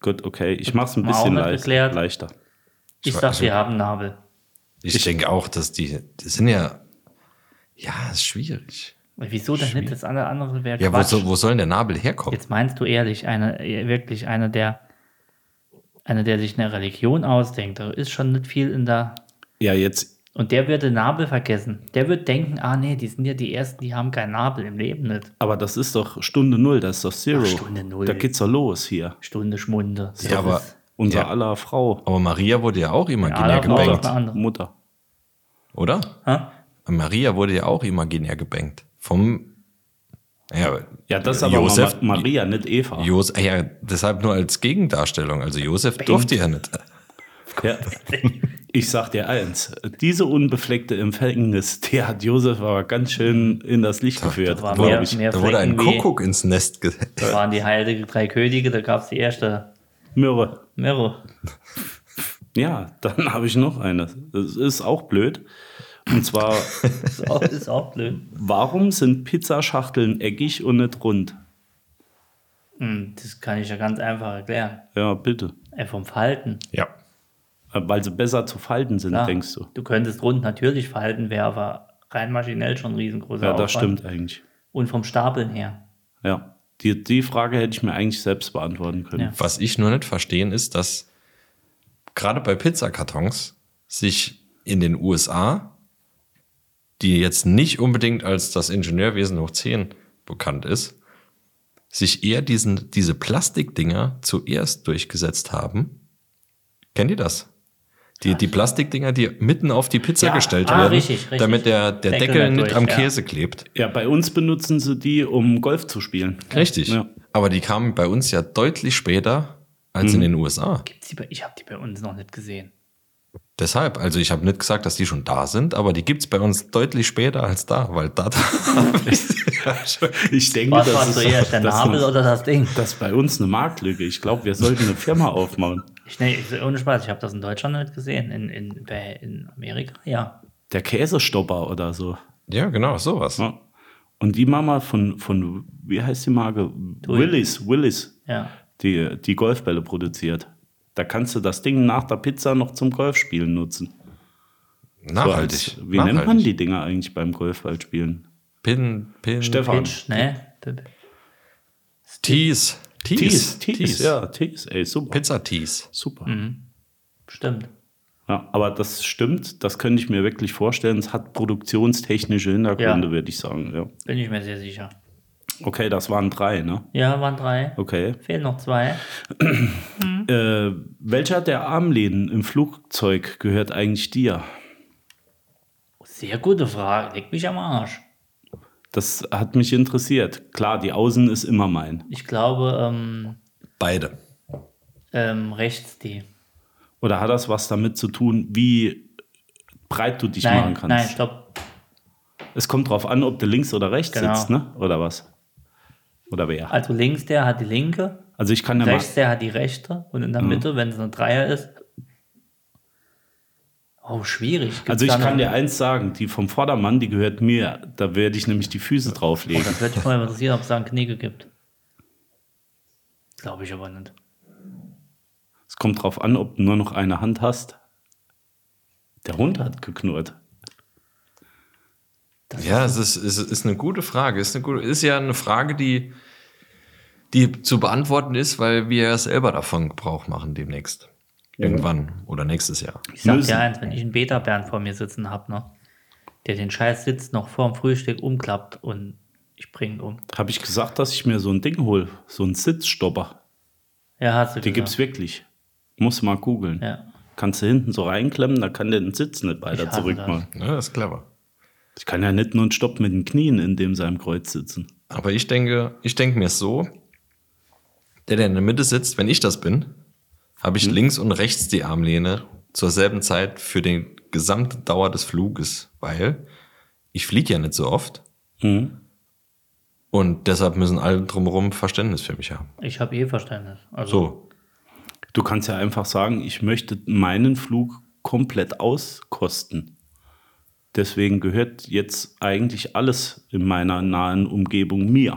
S2: Gut, okay, ich mach's ein
S3: Haben wir auch
S2: bisschen
S3: nicht
S2: leicht,
S3: geklärt.
S2: leichter.
S3: Ich
S4: war-
S3: sag,
S4: also-
S3: wir haben Nabel.
S4: Ich, denke auch, dass die, die sind ja, ja, ist schwierig.
S3: Wieso denn nicht das andere, andere wäre
S4: Ja, wo,
S3: Quatsch.
S4: so, wo soll denn der Nabel herkommen?
S3: Jetzt meinst du ehrlich, eine, äh, wirklich einer, der, einer, der sich eine Religion ausdenkt, da ist schon nicht viel in der.
S2: Ja, jetzt,
S3: Und der wird den Nabel vergessen. Der wird denken, ah nee, die sind ja die Ersten, die haben keinen Nabel im Leben nicht.
S2: aber das ist doch Stunde Null, das ist doch Zero.
S3: Ach, Stunde Null.
S2: Da geht's doch los hier.
S3: Stunde Schmunde.
S4: Ja, aber,
S2: Unser
S4: Ja.
S2: aller Frau,
S4: aber Maria wurde ja auch imaginär
S3: Ja, da war
S4: gebankt,
S3: doch- andere.
S2: Mutter.
S4: oder?
S3: Hä?
S4: Maria wurde ja auch imaginär gebankt. Vom, ja,
S2: Ja, das ist aber
S4: Josef,
S2: Ma- Maria, nicht Eva.
S4: Jos, ja, deshalb nur als Gegendarstellung. Also Josef durfte ja nicht.
S2: Ja. Ich sag dir eins, diese unbefleckte Empfängnis, die hat Josef aber ganz schön in das Licht geführt,
S3: das war
S2: glaub
S3: mehr-
S2: ich.
S3: mehr-
S4: Da wurde ein
S3: Flecken wie-
S4: Kuckuck ins Nest gesetzt.
S3: Da waren die Heilige Drei Könige, da gab es die erste
S2: Mürre.
S3: Mirro.
S2: Ja, dann habe ich noch eine. Das ist auch blöd. Und zwar
S3: (laughs) Ist auch, ist auch blöd.
S2: Warum sind Pizzaschachteln eckig und nicht rund?
S3: Hm, das kann ich ja ganz einfach erklären.
S2: Ja, bitte.
S3: Äh, vom Falten.
S4: (laughs) Ja.
S2: Äh, Weil sie besser zu falten sind,
S3: klar.
S2: denkst du.
S3: Du könntest rund natürlich falten, wäre aber rein maschinell schon ein riesengroßer
S2: Ja, das
S3: Aufwand.
S2: stimmt eigentlich.
S3: Und vom Stapeln her.
S2: Ja. Die, die Frage hätte ich mir eigentlich selbst beantworten können.
S4: Was ich nur nicht verstehen ist, dass gerade bei Pizzakartons sich in den USA, die jetzt nicht unbedingt als das Ingenieurwesen hoch 10 bekannt ist, sich eher diesen, diese Plastikdinger zuerst durchgesetzt haben. Kennt ihr das? Die, die Plastikdinger, die mitten auf die Pizza
S3: Ja,
S4: gestellt
S3: ah,
S4: werden,
S3: richtig, richtig.
S4: damit der, der
S3: Deckel
S4: Deckel,
S3: nicht
S4: nicht
S3: durch,
S4: am
S3: ja.
S4: Käse klebt.
S2: Ja. bei uns benutzen sie die, um Golf zu spielen. (laughs)
S4: Richtig.
S2: Ja.
S4: Aber die kamen bei uns ja deutlich später als
S3: Mhm.
S4: in den USA.
S3: Gibt's die bei, ich habe die bei uns noch nicht gesehen.
S4: Deshalb, also ich habe nicht gesagt, dass die schon da sind, aber die gibt's bei uns deutlich später als da, weil da, da (laughs)
S2: Ich denke,
S3: Was war
S2: das,
S3: zuerst,
S2: ist,
S3: der
S2: das,
S3: Nabel
S2: ist
S3: oder das Ding?
S2: das ist bei uns eine Marktlücke. Ich glaube, wir sollten eine Firma aufmachen.
S3: Ich, nee, ich- ohne Spaß, ich habe das in Deutschland nicht gesehen. In, in, bei- in Amerika, ja.
S2: Der Käsestopper oder so.
S4: ja genau sowas.
S2: Ja. Und die Mama von, von, wie heißt die Marke? Willis, Willis.
S3: Ja.
S2: die, die Golfbälle produziert. Da kannst du das Ding nach der Pizza noch zum Golfspielen nutzen. So als-
S4: Nachhaltig.
S2: Wie
S4: Nachhaltig.
S2: nennt man die Dinger eigentlich beim Golfballspielen?
S4: Pin, Pin,
S2: Stefan.
S3: Pitch, ne?
S4: Tees,
S2: Tees,
S4: Tees,
S2: Tees, ja, Tees, ey, super.
S4: Pizza Tees.
S2: Super.
S3: Stimmt.
S2: Ja, aber das stimmt, das könnte ich mir wirklich vorstellen. Es hat produktionstechnische Hintergründe,
S3: Ja.
S2: würde ich sagen. Ja.
S3: Bin ich mir sehr sicher.
S2: Okay, das waren drei, ne?
S3: Ja, waren drei.
S2: Okay.
S3: Fehlen noch zwei.
S2: Äh, welcher der Armläden im Flugzeug gehört eigentlich dir?
S3: Sehr gute Frage. Leg mich am Arsch.
S2: Das hat mich interessiert. Klar, die Außen ist immer mein.
S3: Ich glaube, ähm,
S4: Beide.
S3: ähm, rechts die.
S2: Oder hat das was damit zu tun, wie breit du dich machen
S3: Nein,
S2: kannst?
S3: nein, stopp.
S2: Es kommt drauf an, ob du links oder rechts
S3: Genau.
S2: sitzt, ne? Oder was? Oder wer?
S3: Also links der hat die linke,
S2: Also ich kann ja Mhm. mal.
S3: rechts der hat die rechte und in der Mitte, wenn es eine Dreier ist. Oh, schwierig. Gibt's
S2: Also ich
S3: da noch-
S2: kann dir eins sagen, die vom Vordermann, die gehört mir. Da werde ich nämlich die Füße drauflegen.
S3: Das würde mich mal interessieren, ob es da einen Knigge gibt. Glaube ich aber nicht.
S2: Es kommt drauf an, ob du nur noch eine Hand hast. Der Hund hat geknurrt.
S4: Ja, es ist, es ist eine gute Frage. Ist, eine gute, ist ja eine Frage, die, die zu beantworten ist, weil wir ja selber davon Gebrauch machen demnächst. Irgendwann oder nächstes Jahr.
S3: Ich sag
S2: Müssen.
S3: dir eins, wenn ich einen Beta-Bären vor mir sitzen habe, ne, der den scheiß Sitz noch vorm Frühstück umklappt und ich bringe ihn um.
S2: Habe ich gesagt, dass ich mir so ein Ding hole? So einen Sitzstopper.
S3: Ja, hast du
S2: Den
S3: gesagt.
S2: gibt's wirklich. Muss mal googeln.
S3: Ja.
S2: Kannst du hinten so reinklemmen, da kann der den Sitz nicht weiter
S3: Ich hasse
S2: zurück
S3: das.
S2: machen.
S4: Ja, Ne, das ist clever.
S2: Ich kann ja nicht nur einen Stopp mit den Knien in dem seinem Kreuz sitzen.
S4: Aber ich denke, ich denke mir es so, der, der in der Mitte sitzt, wenn ich das bin, habe ich
S2: Mhm.
S4: links und rechts die Armlehne zur selben Zeit für die gesamte Dauer des Fluges, weil ich fliege ja nicht so oft
S2: Mhm.
S4: und deshalb müssen alle drumherum Verständnis für mich haben.
S3: Ich habe eh Verständnis. Also,
S4: So,
S2: Du kannst ja einfach sagen, ich möchte meinen Flug komplett auskosten. Deswegen gehört jetzt eigentlich alles in meiner nahen Umgebung mir.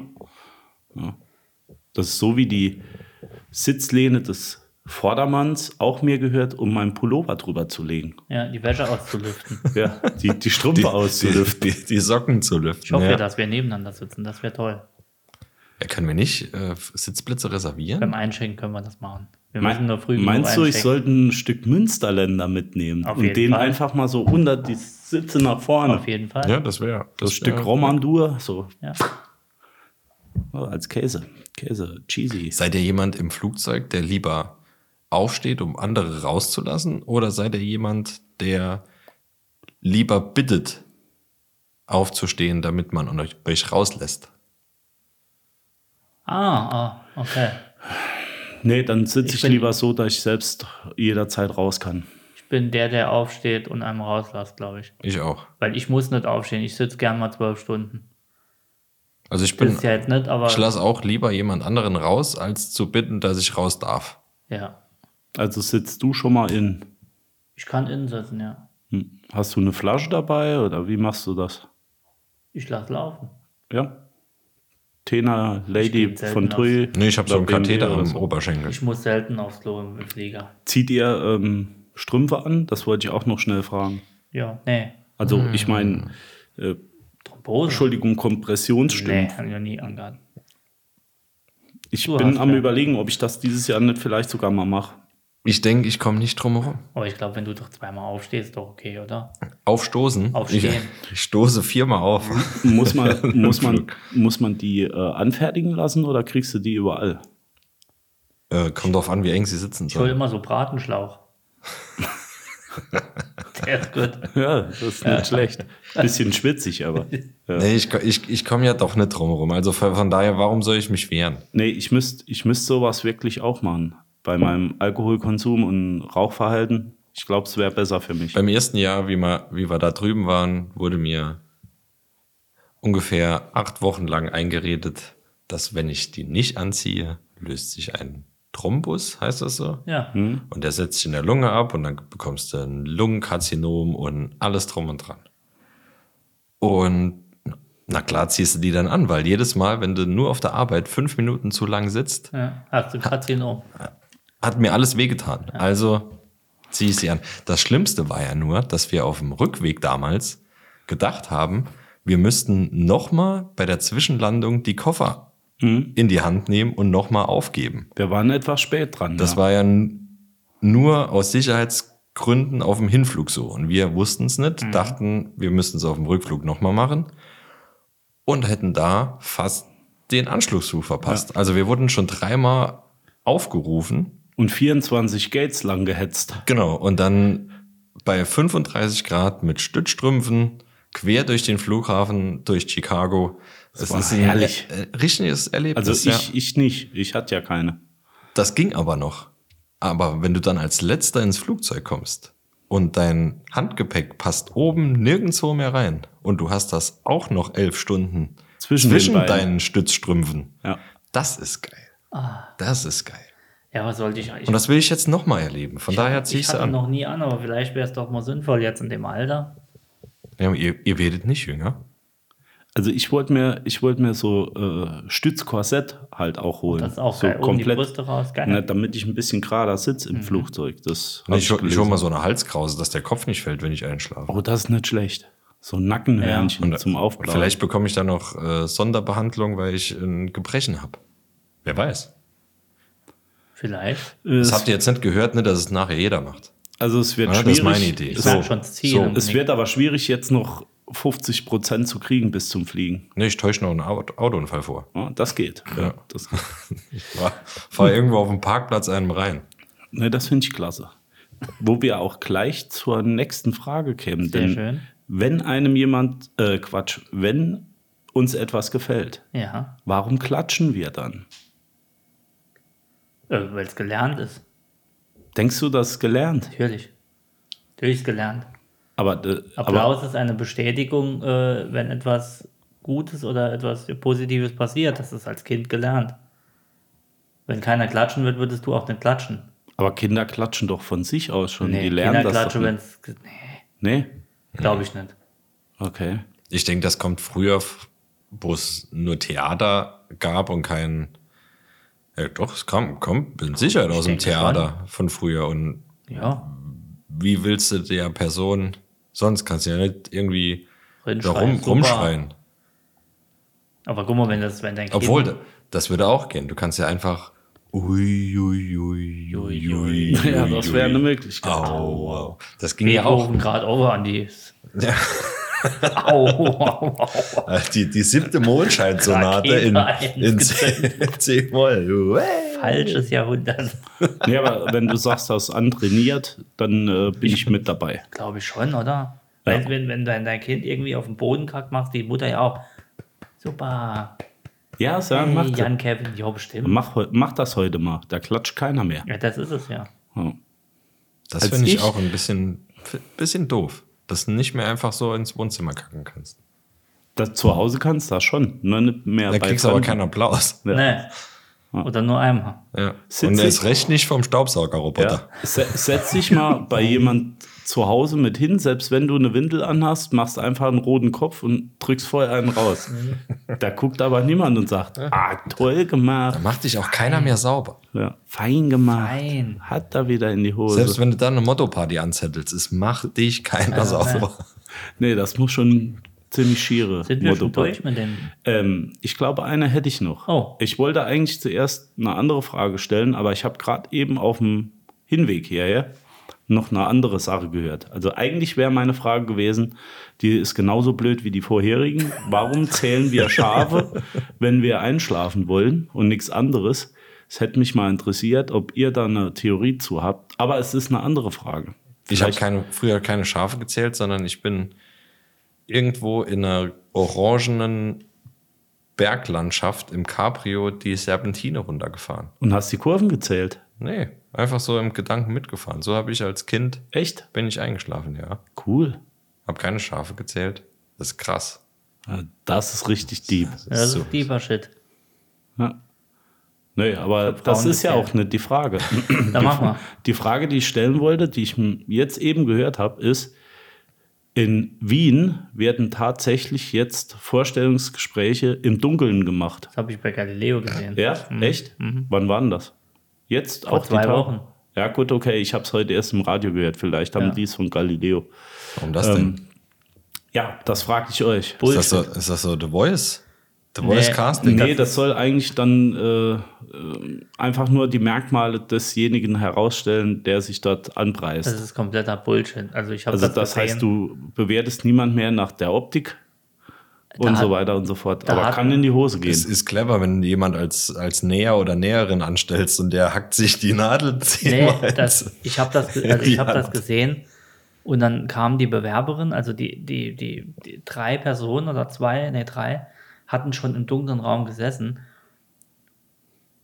S2: Ja. Das ist so wie die Sitzlehne des Vordermanns auch mir gehört, um meinen Pullover drüber zu legen.
S3: ja, die Wäsche auszulüften.
S2: Ja, die, die
S3: (laughs)
S2: Strümpfe auszulüften.
S4: die, die Socken zu
S2: (laughs)
S4: lüften.
S3: Ich hoffe,
S4: ja.
S3: dass wir nebeneinander sitzen. Das wäre toll.
S4: Ja, können wir nicht äh, Sitzplätze reservieren?
S3: Beim Einschenken können wir das machen. Wir
S2: Mein-
S3: müssen nur früh genug
S2: Meinst du, ich
S3: einchecken.
S2: sollte ein Stück Münsterländer mitnehmen
S3: Auf
S2: und
S3: jeden
S2: den
S3: Fall.
S2: einfach mal so unter die Sitze nach vorne?
S3: Auf jeden Fall.
S4: das äh, wäre
S2: das Stück Romandur, so
S3: Ja.
S2: oh, als Käse. Käse, cheesy.
S4: Seid ihr jemand im Flugzeug, der lieber aufsteht, um andere rauszulassen? Oder seid ihr jemand, der lieber bittet, aufzustehen, damit man euch, euch rauslässt?
S3: Ah, ah, okay.
S2: Nee, dann sitze
S3: Ich
S2: ich,
S3: bin-
S2: lieber so, dass ich selbst jederzeit raus kann.
S3: Ich bin der, der aufsteht und einem rauslässt, glaube ich.
S4: Ich auch.
S3: Weil ich muss nicht aufstehen. Ich sitze gern mal zwölf Stunden.
S4: Also ich bin,
S3: Ist ja jetzt nicht, aber
S4: ich lasse auch lieber jemand anderen raus, als zu bitten, dass ich raus darf.
S3: ja.
S2: Also sitzt du schon mal in.
S3: Ich kann innen sitzen, ja.
S2: Hm, Hast du eine Flasche dabei oder wie machst du das?
S3: Ich lasse laufen.
S2: Ja. Tena, Lady
S3: geb selten
S2: von
S3: aus.
S2: Tui.
S4: Nee, ich habe so
S2: oder
S4: einen
S2: BMW
S4: Katheter
S2: oder
S4: am
S2: so.
S4: Oberschenkel.
S3: Ich muss selten aufs Klo im Flieger.
S2: Zieht ihr ähm, Strümpfe an? Das wollte ich auch noch schnell fragen.
S3: Ja, nee.
S2: Also,
S4: Hm.
S2: ich meine, äh,
S3: Thrombose?
S2: Entschuldigung, Kompressionsstrümpfe.
S3: Nee, hab ich noch nie angehabt.
S2: Ich
S3: Du
S2: bin
S3: hast
S2: am
S3: ja.
S2: überlegen, ob ich das dieses Jahr nicht vielleicht sogar mal mache.
S4: Ich denke, ich komme nicht drum herum.
S3: Aber ich glaube, wenn du doch zweimal aufstehst, ist doch okay, oder?
S4: Aufstoßen.
S3: Aufstehen.
S4: Ich, ich stoße viermal
S3: (laughs)
S4: auf. (laughs)
S2: Muss man, muss man, muss man die äh, anfertigen lassen oder kriegst du die überall?
S4: Äh, kommt drauf an, wie eng sie sitzen
S3: Ich hole
S4: sollen.
S3: immer so Bratenschlauch.
S4: (laughs)
S3: Der ist gut.
S2: (laughs) Ja, das ist nicht schlecht. Bisschen schwitzig, aber.
S4: Nee, ich, ich, ich komme ja doch nicht drum herum. Also von, von daher, warum soll ich mich wehren?
S2: Nee, ich müsste ich müsst sowas wirklich auch machen. Bei meinem Alkoholkonsum und Rauchverhalten. Ich glaube, es wäre besser für mich.
S4: Beim ersten Jahr, wie wir, wie wir da drüben waren, wurde mir ungefähr acht Wochen lang eingeredet, dass wenn ich die nicht anziehe, löst sich ein Thrombus, heißt das so?
S3: Ja.
S4: Und der setzt sich in der Lunge ab und dann bekommst du ein Lungenkarzinom und alles drum und dran. Und na klar ziehst du die dann an, weil jedes Mal, wenn du nur auf der Arbeit fünf Minuten zu lang sitzt,
S3: ja. Hast du um? Karzinom?
S4: hat mir alles wehgetan. Also ziehe ich sie an. Das Schlimmste war ja nur, dass wir auf dem Rückweg damals gedacht haben, wir müssten nochmal bei der Zwischenlandung die Koffer in die Hand nehmen und nochmal aufgeben.
S2: Wir waren etwas spät dran.
S4: Das
S2: ja.
S4: war ja n- nur aus Sicherheitsgründen auf dem Hinflug so. Und wir wussten es nicht, dachten, wir müssten es auf dem Rückflug nochmal machen und hätten da fast den Anschlussruf verpasst. Also wir wurden schon dreimal aufgerufen
S2: und 24 Gates lang gehetzt.
S4: Genau, und dann bei 35 Grad mit Stützstrümpfen quer durch den Flughafen, durch Chicago. Es
S2: war
S4: ist ein
S2: herrlich.
S4: e- e- richtiges Erlebnis.
S2: Also
S4: ja.
S2: ich, ich nicht. Ich hatte ja keine.
S4: Das ging aber noch. Aber wenn du dann als letzter ins Flugzeug kommst und dein Handgepäck passt oben nirgendwo mehr rein und du hast das auch noch elf Stunden
S2: Zwischen
S4: zwischen,
S2: den Beinen.
S4: deinen Stützstrümpfen,
S2: Ja.
S4: das ist geil.
S3: Ah.
S4: Das ist geil.
S3: Ja, was sollte ich eigentlich?
S4: Und das will ich jetzt nochmal erleben. Von daher ziehe ich
S3: ich
S4: es
S3: hatte
S4: an.
S3: noch nie an, aber vielleicht wäre es doch mal sinnvoll jetzt in dem Alter.
S4: Ja, ihr, ihr werdet nicht jünger.
S2: Also ich wollte mir, ich wollte mir so äh, Stützkorsett halt auch holen.
S3: Das ist auch
S2: so
S3: geil. Oben die
S2: komplett,
S3: Brüste raus, geil.
S2: Ne, damit ich ein bisschen gerader sitze im Flugzeug. Das hab
S4: Also Ich, hol- ich hole
S2: gelesen.
S4: mal so eine Halskrause, dass der Kopf nicht fällt, wenn ich einschlafe.
S2: Oh, das ist nicht schlecht. So ein Nackenhörnchen
S4: Und- äh,
S2: zum Aufblauen.
S4: Vielleicht bekomme ich da noch äh, Sonderbehandlung, weil ich ein Gebrechen habe. Wer weiß.
S3: Vielleicht.
S4: Das
S2: Äh, es,
S4: habt ihr jetzt nicht gehört, ne, dass es nachher jeder macht.
S2: also es wird
S4: Ah, das
S2: schwierig.
S4: ist meine Idee.
S3: Ich
S2: So,
S3: mag schon das Ziel.
S4: so.
S3: Dominik.
S2: es wird aber schwierig, jetzt noch 50 Prozent zu kriegen bis zum Fliegen.
S4: Ne, ich täusche noch einen Au- Autounfall vor. (laughs)
S2: Ja, das geht.
S4: Ja.
S2: Das, geht.
S4: Fahr irgendwo auf dem Parkplatz einem rein.
S2: ne, das finde ich klasse. Wo wir auch gleich zur nächsten Frage kämen.
S3: Sehr
S2: denn
S3: schön.
S2: wenn einem jemand, äh, Quatsch, wenn uns etwas gefällt,
S3: Ja,
S2: warum klatschen wir dann?
S3: äh, weil es gelernt ist.
S2: Denkst du, das ist gelernt?
S3: Natürlich. Natürlich ist gelernt.
S2: Aber, äh, aber
S3: Applaus ist eine Bestätigung, äh, wenn etwas Gutes oder etwas Positives passiert. Das ist als Kind gelernt. Wenn keiner klatschen wird, würdest du auch nicht klatschen.
S2: Aber Kinder klatschen doch von sich aus schon. die lernen
S3: Kinder
S2: das
S3: klatschen,
S2: doch
S3: wenn
S2: nicht.
S3: es. Nee,
S2: Nee?
S3: glaube ich nicht.
S2: Okay.
S4: Ich denke, das kommt früher, f- wo es nur Theater gab und kein. Ja, doch, es kam, kommt mit Sicherheit aus dem
S3: denke
S4: Theater von früher. Und
S3: Ja,
S4: wie willst du der Person sonst? Kannst du ja nicht irgendwie da
S3: Rinschreien,
S4: rum,
S3: super.
S4: rumschreien.
S3: Aber guck mal, wenn das, wenn dein Kind.
S4: Obwohl, da- das würde auch gehen. Du kannst ja einfach. Ui, ui, ui, ui, ui,
S2: Ja,
S4: ui,
S2: das wäre eine
S4: ui.
S2: Möglichkeit.
S4: Au, au. Das ging ja auch.
S3: Beethoven gerade over an die. (laughs) Au, au, au, au.
S4: Äh, Die, die siebte Mondscheinsonate in,
S3: Rakete
S4: (laughs) in
S3: eins
S4: C-Moll.
S3: Falsches Jahrhundert.
S2: Nee, aber wenn du sagst, das ist antrainiert, dann äh, bin ich mit dabei.
S3: Glaube ich schon, oder?
S2: Ja.
S3: Wenn, wenn, wenn dein, dein Kind irgendwie auf den Boden kackt, macht die Mutter ja auch. Super.
S2: Ja, sag,
S3: Hey,
S2: mach,
S3: Hm, Jan Kevin, ja, bestimmt.
S2: mach, heu- mach das heute mal. Da klatscht keiner mehr.
S3: Ja, das ist es ja.
S2: Ja.
S4: Das
S2: Als
S4: finde ich,
S2: ich-
S4: auch ein bisschen, bisschen doof, dass du nicht mehr einfach so ins Wohnzimmer kacken kannst.
S2: Das, zu Hause kannst du das schon. Nur nicht mehr
S4: Da
S2: bei
S4: kriegst du aber
S2: Fremden.
S4: keinen Applaus.
S2: Ja.
S3: Nee. Ne? Oder nur einmal.
S4: Ja.
S2: Sitz
S4: Und
S2: ich-
S4: erst recht nicht vom
S2: Ja.
S4: Staubsaugerroboter.
S2: Se- Setz dich
S4: (laughs)
S2: mal bei jemand zu Hause mit hin, selbst wenn du eine Windel anhast, machst einfach einen roten Kopf und drückst vorher einen raus. Da guckt aber niemand und sagt, ah, toll
S4: Da
S2: gemacht,
S4: macht dich auch keiner mehr sauber.
S2: ja, fein gemacht,
S3: Fein.
S2: hat da wieder in die Hose.
S4: Selbst wenn du dann eine Motto-Party anzettelst, es macht dich keiner sauber.
S2: nee, das muss schon ziemlich schiere
S3: Sind wir schon
S2: Motto-Party.
S3: durch mit dem?
S2: Ähm, ich glaube, eine hätte ich noch.
S3: Oh.
S2: Ich wollte eigentlich zuerst eine andere Frage stellen, aber ich habe gerade eben auf dem Hinweg hierher noch eine andere Sache gehört. Also eigentlich wäre meine Frage gewesen, die ist genauso blöd wie die vorherigen.
S3: (laughs)
S2: Warum zählen wir Schafe, wenn wir einschlafen wollen und nichts anderes? Es hätte mich mal interessiert, ob ihr da eine Theorie zu habt. Aber es ist eine andere Frage.
S4: Ich habe
S2: Vielleicht-
S4: keine, früher keine Schafe gezählt, sondern ich bin irgendwo in einer orangenen Berglandschaft im Cabrio die Serpentine runtergefahren.
S2: Und hast die Kurven gezählt?
S4: Nee, einfach so im Gedanken mitgefahren. So habe ich als Kind
S2: Echt?
S4: bin ich eingeschlafen, ja.
S2: Cool.
S4: Hab keine Schafe gezählt. Das ist krass.
S2: Ja, Das ist richtig deep.
S3: Ja, das
S4: So.
S3: ist deeper Shit.
S2: Ja. Nee, aber
S3: Frauen
S2: das ist ja
S3: gezählt.
S2: auch nicht die Frage.
S3: Dann machen wir.
S2: (laughs) Die Frage, die ich stellen wollte, die ich m- jetzt eben gehört habe, ist, in Wien werden tatsächlich jetzt Vorstellungsgespräche im Dunkeln gemacht.
S3: Das habe ich bei Galileo gesehen.
S2: Ja, echt? Wann waren das? Jetzt
S3: Mhm. Vor
S2: auch
S3: zwei
S2: die Ta-
S3: Wochen.
S2: Ja gut, okay, ich habe es heute erst im Radio gehört. Vielleicht haben
S3: Ja.
S2: die es von Galileo.
S4: Warum das denn?
S2: Ja, das frage ich euch.
S4: Ist das, so, ist das so The Voice? The Voice
S3: Nee.
S4: Casting?
S2: Nee, das soll eigentlich dann äh, äh, einfach nur die Merkmale desjenigen herausstellen, der sich dort anpreist.
S3: Das ist kompletter Bullshit. Also ich habe
S2: also
S3: Also das,
S2: das
S3: gesehen.
S2: heißt, du bewertest niemand mehr nach der Optik und
S3: hat-
S2: so weiter und so fort.
S3: da
S2: Aber
S3: hat-
S2: kann in die Hose
S4: Es
S2: gehen.
S4: ist clever, wenn du jemand als, als Näher oder Näherin anstellst und der hackt sich die Nadel (laughs)
S3: Nee,
S4: zehnmal.
S3: das, ich habe das, ge- also
S4: Die
S3: ich hab das
S4: Hand.
S3: gesehen und dann kam die Bewerberin, also die, die, die, die drei Personen oder zwei, nee, drei, hatten schon im dunklen Raum gesessen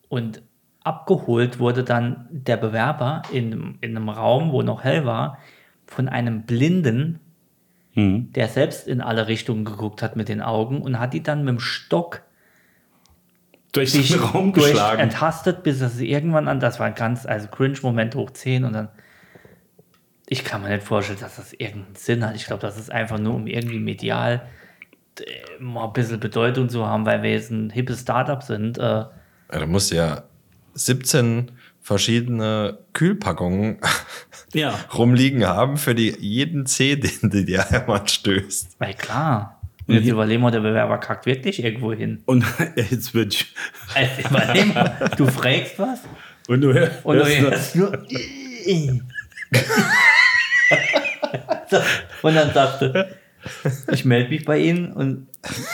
S3: und abgeholt wurde dann der Bewerber in, einem- in einem Raum, wo noch hell war, von einem Blinden,
S2: Mhm.
S3: der selbst in alle Richtungen geguckt hat mit den Augen und hat die dann mit dem Stock
S2: Durch
S3: sich
S2: den Raum
S3: durch
S2: geschlagen.
S3: ertastet, bis er sie irgendwann an, das war ein ganz, also Cringe-Moment hoch 10 und dann, ich kann mir nicht vorstellen, dass das irgendeinen Sinn hat. Ich glaube, das ist einfach nur, um irgendwie medial äh, mal ein bisschen Bedeutung zu haben, weil wir jetzt ein hippes Startup sind. Äh,
S4: Ja, Also, da musst du ja 17 verschiedene Kühlpackungen (laughs)
S2: Ja.
S4: rumliegen haben für die, jeden Zeh, den du (laughs) dir einmal stößt.
S3: weil klar,
S2: Mhm.
S3: und jetzt überlegen wir, der Bewerber kackt wirklich irgendwo hin.
S2: Und (laughs) jetzt wird ich.
S3: Also überlegen wir, du fragst was
S2: Und du hörst. ne,
S3: und du
S2: noch-
S3: hörst nur. (laughs) und dann dachte ich melde mich bei Ihnen und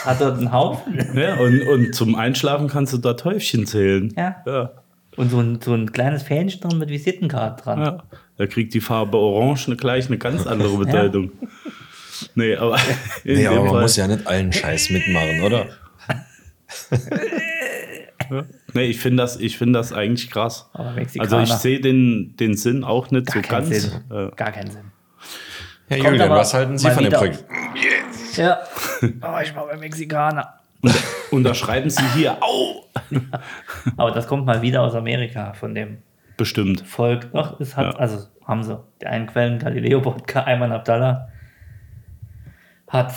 S3: hat dort einen Haufen.
S2: ja, ne, und, und zum Einschlafen kannst du da Täufchen zählen.
S3: Ja.
S2: ja.
S3: Und so ein, so ein kleines Fähnchen drin mit Visitenkarte dran.
S2: Ja. Da kriegt die Farbe Orange eine- gleich eine ganz
S3: (laughs)
S2: andere Bedeutung. Nee, aber. In
S4: Nee, aber
S2: dem
S4: man
S2: Fall,
S4: muss ja nicht allen Scheiß mitmachen, oder?
S2: Nee, ich finde das, ich find das eigentlich krass.
S3: Aber
S2: Also
S3: Mexikaner.
S2: ich sehe den, den Sinn auch nicht
S3: gar
S2: so
S3: keinen
S2: ganz.
S3: Sinn.
S2: Äh,
S3: Gar keinen Sinn.
S4: Herr
S3: Kommt
S4: Julian,
S3: aber
S4: was halten Sie
S3: mal
S4: von dem
S3: wieder
S4: Projekt?
S3: Ja. Oh, ich war bei Mexikaner.
S2: unterschreiben Sie hier (laughs) auch
S3: Aber das kommt mal wieder aus Amerika von dem
S2: bestimmt.
S3: Volk. Ach, es hat,
S2: Ja.
S3: also haben sie die einen Quellen, Galileo Bodka, Ayman Abdallah hat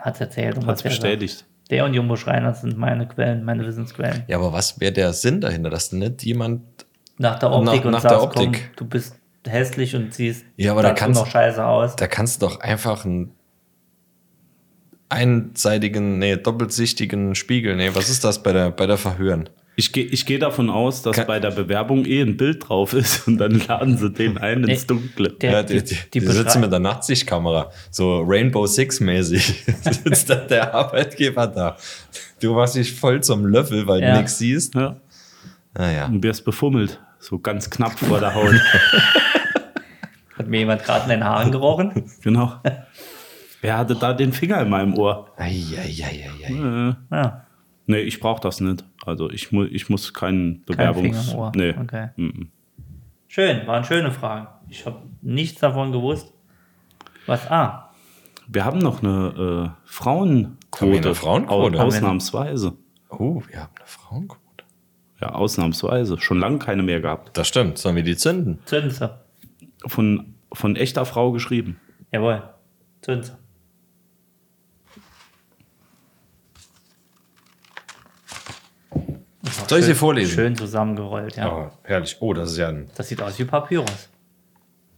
S3: hat's erzählt. und
S2: Hat's
S3: was der sagt.
S2: bestätigt.
S3: Der und Jumbo Schreiner sind meine Quellen, meine Wissensquellen.
S4: Ja, aber was wäre der Sinn dahinter, dass nicht jemand.
S3: Nach der Optik
S4: Nach-
S3: und
S4: nach
S3: sagst,
S4: der Optik.
S3: komm, du bist hässlich und siehst
S4: Ja, aber da
S3: dazu
S4: kannst-
S3: noch scheiße aus.
S4: Da kannst du doch einfach einen einseitigen, nee, doppelsichtigen Spiegel. Nee, was ist das bei der, bei der Verhören?
S2: Ich gehe ich geh davon aus, dass
S4: Ka-
S2: bei der Bewerbung eh ein Bild drauf ist und dann laden sie den ein ins
S3: Nee.
S2: Dunkle.
S3: Der-
S4: ja, die, die, die, sitzen mit der Nachtsichtkamera, so Rainbow Six mäßig. (laughs) sitzt dann der Arbeitgeber da. Du machst dich voll zum Löffel, weil
S3: Ja.
S4: du nichts siehst. Ah
S2: Ja,
S4: Naja.
S2: und wirst befummelt. So ganz knapp vor der
S3: (laughs)
S2: Haut.
S3: Hat mir jemand gerade in den Haaren gerochen?
S2: genau. Wer hatte da den Finger in meinem Ohr?
S4: Eieieiei.
S3: Ja,
S2: Nee, ich brauche das nicht. Also ich, mu ich muss keinen
S3: kein
S2: Bewerbungs...
S3: Finger im Ohr.
S2: Nee.
S3: Okay.
S2: Mhm.
S3: Schön, waren schöne Fragen. Ich habe nichts davon gewusst. Was? Ah,
S2: Wir haben noch eine äh, Frauenquote.
S4: Haben wir eine Frauenquote?
S2: Au- Ausnahmsweise.
S4: Oh, wir haben eine Frauenquote.
S2: Ja, ausnahmsweise. Schon lange keine mehr gehabt.
S4: Das stimmt. Sollen wir die zünden?
S3: Zünze.
S2: Von, von echter Frau geschrieben.
S3: Jawohl, Zünze.
S4: Soll ich sie vorlesen?
S3: Schön zusammengerollt, ja.
S4: Oh, herrlich. Oh, das ist ja ein.
S3: Das sieht aus wie Papyrus.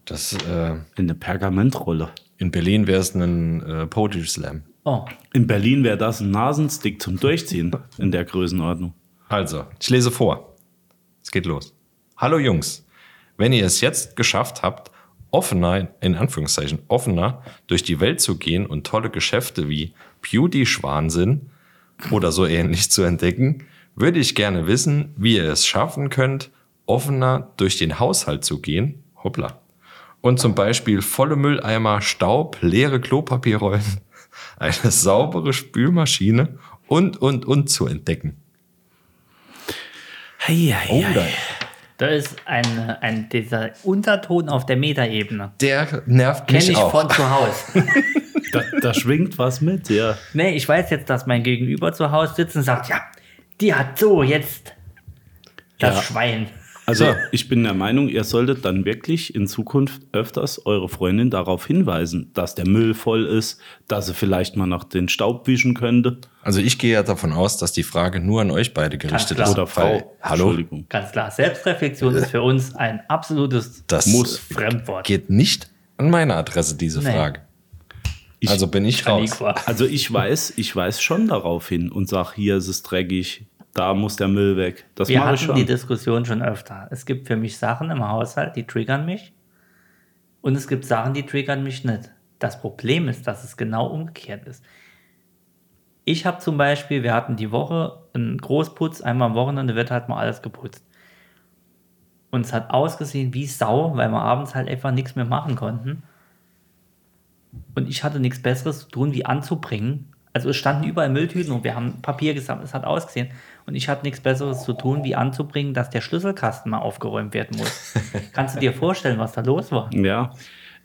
S4: Das, äh,
S2: In der Pergamentrolle.
S4: in Berlin wäre es ein äh, Poetry Slam.
S3: Oh,
S2: In Berlin wäre das ein Nasenstick zum Durchziehen in der Größenordnung.
S4: Also, ich lese vor. Es geht los. Hallo Jungs, wenn ihr es jetzt geschafft habt, offener, in Anführungszeichen, offener durch die Welt zu gehen und tolle Geschäfte wie Beauty-Schwansinn oder so ähnlich zu entdecken, würde ich gerne wissen, wie ihr es schaffen könnt, offener durch den Haushalt zu gehen. Hoppla. Und zum Beispiel volle Mülleimer, Staub, leere Klopapierrollen, (laughs) eine saubere Spülmaschine und, und, und zu entdecken.
S2: Hey, hey, hey.
S3: da ist ein, ein dieser Unterton auf der Metaebene.
S4: Der nervt
S3: Kenne
S4: mich
S3: ich
S4: auch.
S3: von zu
S4: (laughs)
S3: Hause.
S2: Oh, Da, da schwingt was mit, ja.
S3: nee, ich weiß jetzt, dass mein Gegenüber zu Hause sitzt und sagt, ja, die hat so jetzt das
S2: Ja.
S3: Schwein.
S2: Also
S4: So.
S2: ich bin der Meinung, ihr solltet dann wirklich in Zukunft öfters eure Freundin darauf hinweisen, dass der Müll voll ist, dass sie vielleicht mal noch den Staub wischen könnte.
S4: also ich gehe ja davon aus, dass die Frage nur an euch beide gerichtet
S3: Ganz
S4: ist.
S3: klar.
S2: Oder Frau.
S4: Weil, hallo,
S2: Entschuldigung.
S3: Ganz klar, Selbstreflexion ist für uns ein absolutes
S4: das
S2: Muss.
S3: Fremdwort.
S4: geht nicht an meine Adresse, diese
S3: Nee.
S4: Frage.
S2: Ich-
S4: also bin ich raus.
S3: Aniqua.
S2: Also ich weiß, ich weiß schon darauf hin und sag, hier ist es dreckig, da muss der Müll weg. Das
S3: Wir
S2: mache
S3: hatten
S2: ich schon.
S3: die Diskussion schon öfter. Es gibt für mich Sachen im Haushalt, die triggern mich. Und es gibt Sachen, die triggern mich nicht. Das Problem ist, dass es genau umgekehrt ist. Ich habe zum Beispiel, wir hatten die Woche einen Großputz, einmal am Wochenende wird halt mal alles geputzt. Und es hat ausgesehen wie Sau, weil wir abends halt einfach nichts mehr machen konnten. Und ich hatte nichts Besseres zu tun, wie anzubringen. Also es standen überall Mülltüten und wir haben Papier gesammelt, es hat ausgesehen. Und ich hatte nichts Besseres zu tun, wie anzubringen, dass der Schlüsselkasten mal aufgeräumt werden muss. Kannst du dir vorstellen, was da los war?
S2: Ja,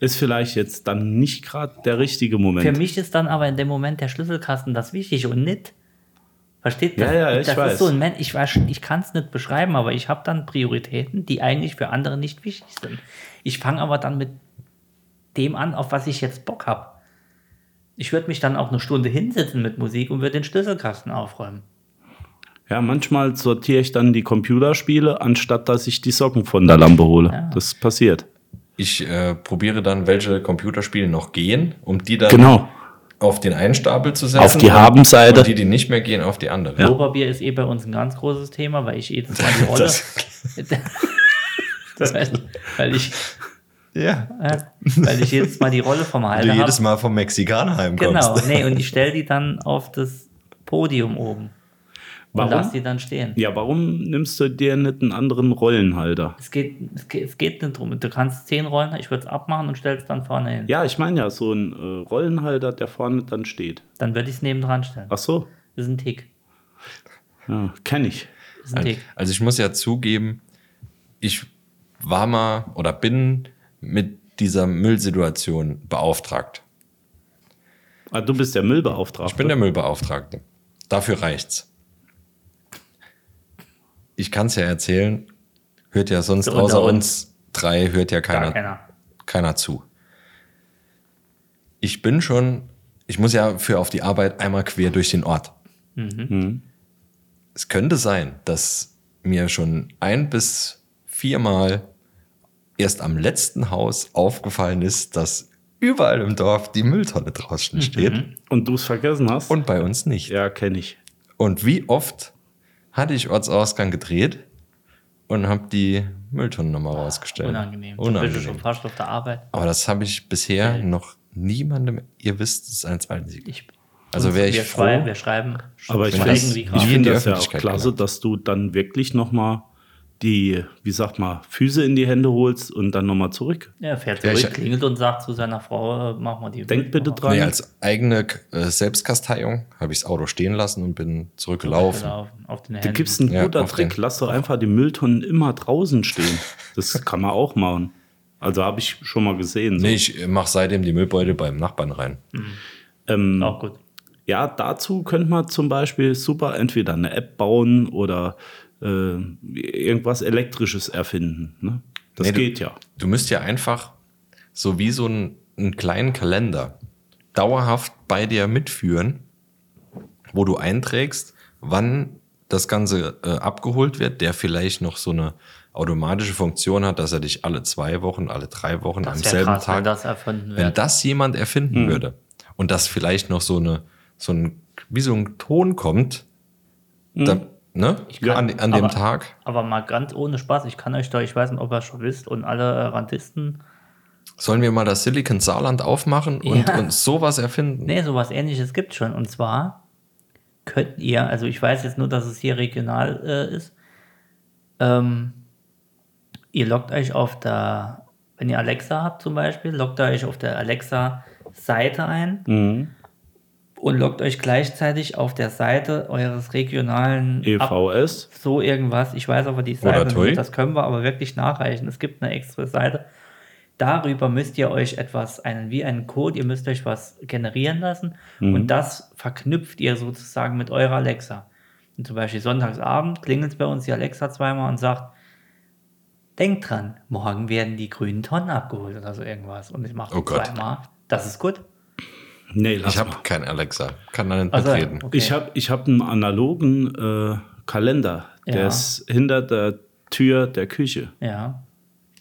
S2: ist vielleicht jetzt dann nicht gerade der richtige Moment.
S3: Für mich ist dann aber in dem Moment der Schlüsselkasten das Wichtige und nicht. Versteht
S2: Ja, ja, ich
S3: das
S2: weiß.
S3: ist so ein Man ich, weiß- ich kann es nicht beschreiben, aber ich habe dann Prioritäten, die eigentlich für andere nicht wichtig sind. Ich fange aber dann mit dem an, auf was ich jetzt Bock habe. Ich würde mich dann auch eine Stunde hinsetzen mit Musik und würde den Schlüsselkasten aufräumen.
S2: Ja, manchmal sortiere ich dann die Computerspiele, anstatt dass ich die Socken von der Lampe hole.
S3: Ja.
S2: Das passiert.
S4: Ich äh, probiere dann, welche Computerspiele noch gehen, um die dann
S2: Genau.
S4: auf den einen Stapel zu setzen.
S2: Auf die
S4: und-
S2: Habenseite.
S4: Und die, die nicht mehr gehen, auf die andere.
S3: Klopapier ist eh bei uns ein ganz großes Thema, weil ich jedes
S2: (laughs)
S3: Mal die Rolle. (laughs) weil, weil, ich,
S4: Ja.
S3: äh, weil ich jedes Mal die Rolle vom
S4: Wenn du
S3: Halter
S4: jedes
S3: habe.
S4: Mal vom Mexikaner heimkommst. (laughs)
S3: Genau, nee, und ich stelle die dann auf das Podium oben und lasse die
S2: Warum?
S3: dann stehen.
S2: Ja, warum nimmst du dir nicht einen anderen Rollenhalter?
S3: Es geht, es geht, es geht nicht drum. Du kannst zehn Rollen, ich würde es abmachen und stelle es dann vorne hin.
S2: Ja, ich meine ja, so ein äh, Rollenhalter, der vorne dann steht.
S3: Dann würde ich es nebendran stellen.
S2: Ach so,
S3: Ist ein Tick.
S2: ja, kenne ich.
S3: Ist ein Tick.
S4: Also ich muss ja zugeben, ich war mal oder bin mit dieser Müllsituation beauftragt.
S2: Ah, du bist der Müllbeauftragte.
S4: Ich bin der Müllbeauftragte. Dafür reicht's. Ich kann's ja erzählen. Hört ja sonst
S3: So unter
S4: außer
S3: uns.
S4: uns drei hört ja keiner,
S3: Gar keiner.
S4: keiner zu. Ich bin schon, ich muss ja für auf die Arbeit einmal quer durch den Ort.
S3: Mhm.
S4: Es könnte sein, dass mir schon ein bis viermal erst am letzten Haus aufgefallen ist, dass überall im Dorf die Mülltonne
S3: Mhm.
S4: draußen steht
S2: Und du es vergessen hast?
S4: und bei uns nicht.
S2: ja, kenne ich.
S4: Und wie oft hatte ich Ortsausgang gedreht und habe die Mülltonnennummer rausgestellt.
S3: Unangenehm. Unangenehm. Du bist ja schon
S4: Unangenehm.
S3: fast auf der Arbeit.
S4: Aber das habe ich bisher noch niemandem, ihr wisst es als einzig.
S3: Ich,
S4: Also wäre ich
S3: wir,
S4: froh,
S3: schreiben, wir schreiben.
S2: Aber ich,
S3: schreiben
S4: das-
S3: wie
S2: find- ich
S3: gerade.
S4: Nie in
S2: finde
S4: die
S2: das ja auch
S4: Öffentlichkeit
S2: klasse,
S4: gelangt.
S2: dass du dann wirklich nochmal die, wie sagt man, Füße in die Hände holst und dann nochmal zurück.
S3: Er fährt
S4: Ja,
S3: zurück,
S4: ich-
S3: klingelt und sagt zu seiner Frau, äh, mach mal die.
S2: Denk bitte
S3: mach mal
S2: dran.
S4: nee, als eigene äh, Selbstkasteiung habe ich das Auto stehen lassen und bin
S3: die
S4: zurückgelaufen.
S3: Laufen Auf den
S2: Da
S3: Händen.
S2: gibt es einen
S4: Ja,
S2: guter
S4: auf
S2: Trick.
S4: den-
S2: Lass doch einfach die Mülltonnen immer draußen stehen.
S4: (laughs)
S2: Das kann man auch machen. Also habe ich schon mal gesehen. So.
S4: Nee, ich mache seitdem die Müllbeutel beim Nachbarn rein.
S2: Ähm,
S3: Auch gut.
S2: Ja, dazu könnte man zum Beispiel super entweder eine App bauen oder äh, irgendwas Elektrisches erfinden. Ne? Das
S4: Nee, du-
S2: geht ja.
S4: Du müsst ja einfach so wie so einen, einen kleinen Kalender dauerhaft bei dir mitführen, wo du einträgst, wann das Ganze äh, abgeholt wird, der vielleicht noch so eine automatische Funktion hat, dass er dich alle zwei Wochen, alle drei Wochen am
S3: Das wäre
S4: selben
S3: krass,
S4: Tag,
S3: wenn das Mhm. erfunden
S4: wenn
S3: wäre.
S4: das jemand erfinden würde und das vielleicht noch so eine, so ein, wie so ein Ton kommt, da, ne,
S3: kann-
S4: an, an dem
S3: Mhm. aber-
S4: Tag.
S3: Aber mal ganz ohne Spaß, ich kann euch da, ich weiß nicht, ob ihr schon wisst, und alle äh, Randisten,
S4: Sollen wir mal das Silicon Saarland aufmachen und
S3: Ja.
S4: uns sowas erfinden?
S3: nee, sowas ähnliches gibt schon. Und zwar könnt ihr, also ich weiß jetzt nur, dass es hier regional äh, ist, ähm, ihr loggt euch auf der, wenn ihr Alexa habt zum Beispiel, loggt ihr euch auf der Alexa-Seite ein und loggt euch gleichzeitig auf der Seite eures regionalen
S2: E
S3: Ab-
S2: EVS.
S3: so irgendwas. Ich weiß aber die
S4: Oder
S3: Seite
S4: Toy.
S3: nicht. Das können wir aber wirklich nachreichen. Es gibt eine extra Seite. Darüber müsst ihr euch etwas, einen, wie einen Code, ihr müsst euch was generieren lassen
S4: Mhm.
S3: und das verknüpft ihr sozusagen mit eurer Alexa. Und zum Beispiel sonntagsabend klingelt bei uns die Alexa zweimal und sagt, denkt dran, morgen werden die grünen Tonnen abgeholt oder so irgendwas. Und ich mache
S4: Oh Gott.
S3: zweimal. Das ist gut.
S2: Nee, lass
S4: Ich
S2: mal.
S4: habe kein Alexa, kann da nicht
S3: Also,
S4: mitreden.
S3: okay.
S2: Ich habe ich hab einen analogen äh, Kalender.
S3: Ja.
S2: Der ist hinter der Tür der Küche.
S3: Ja.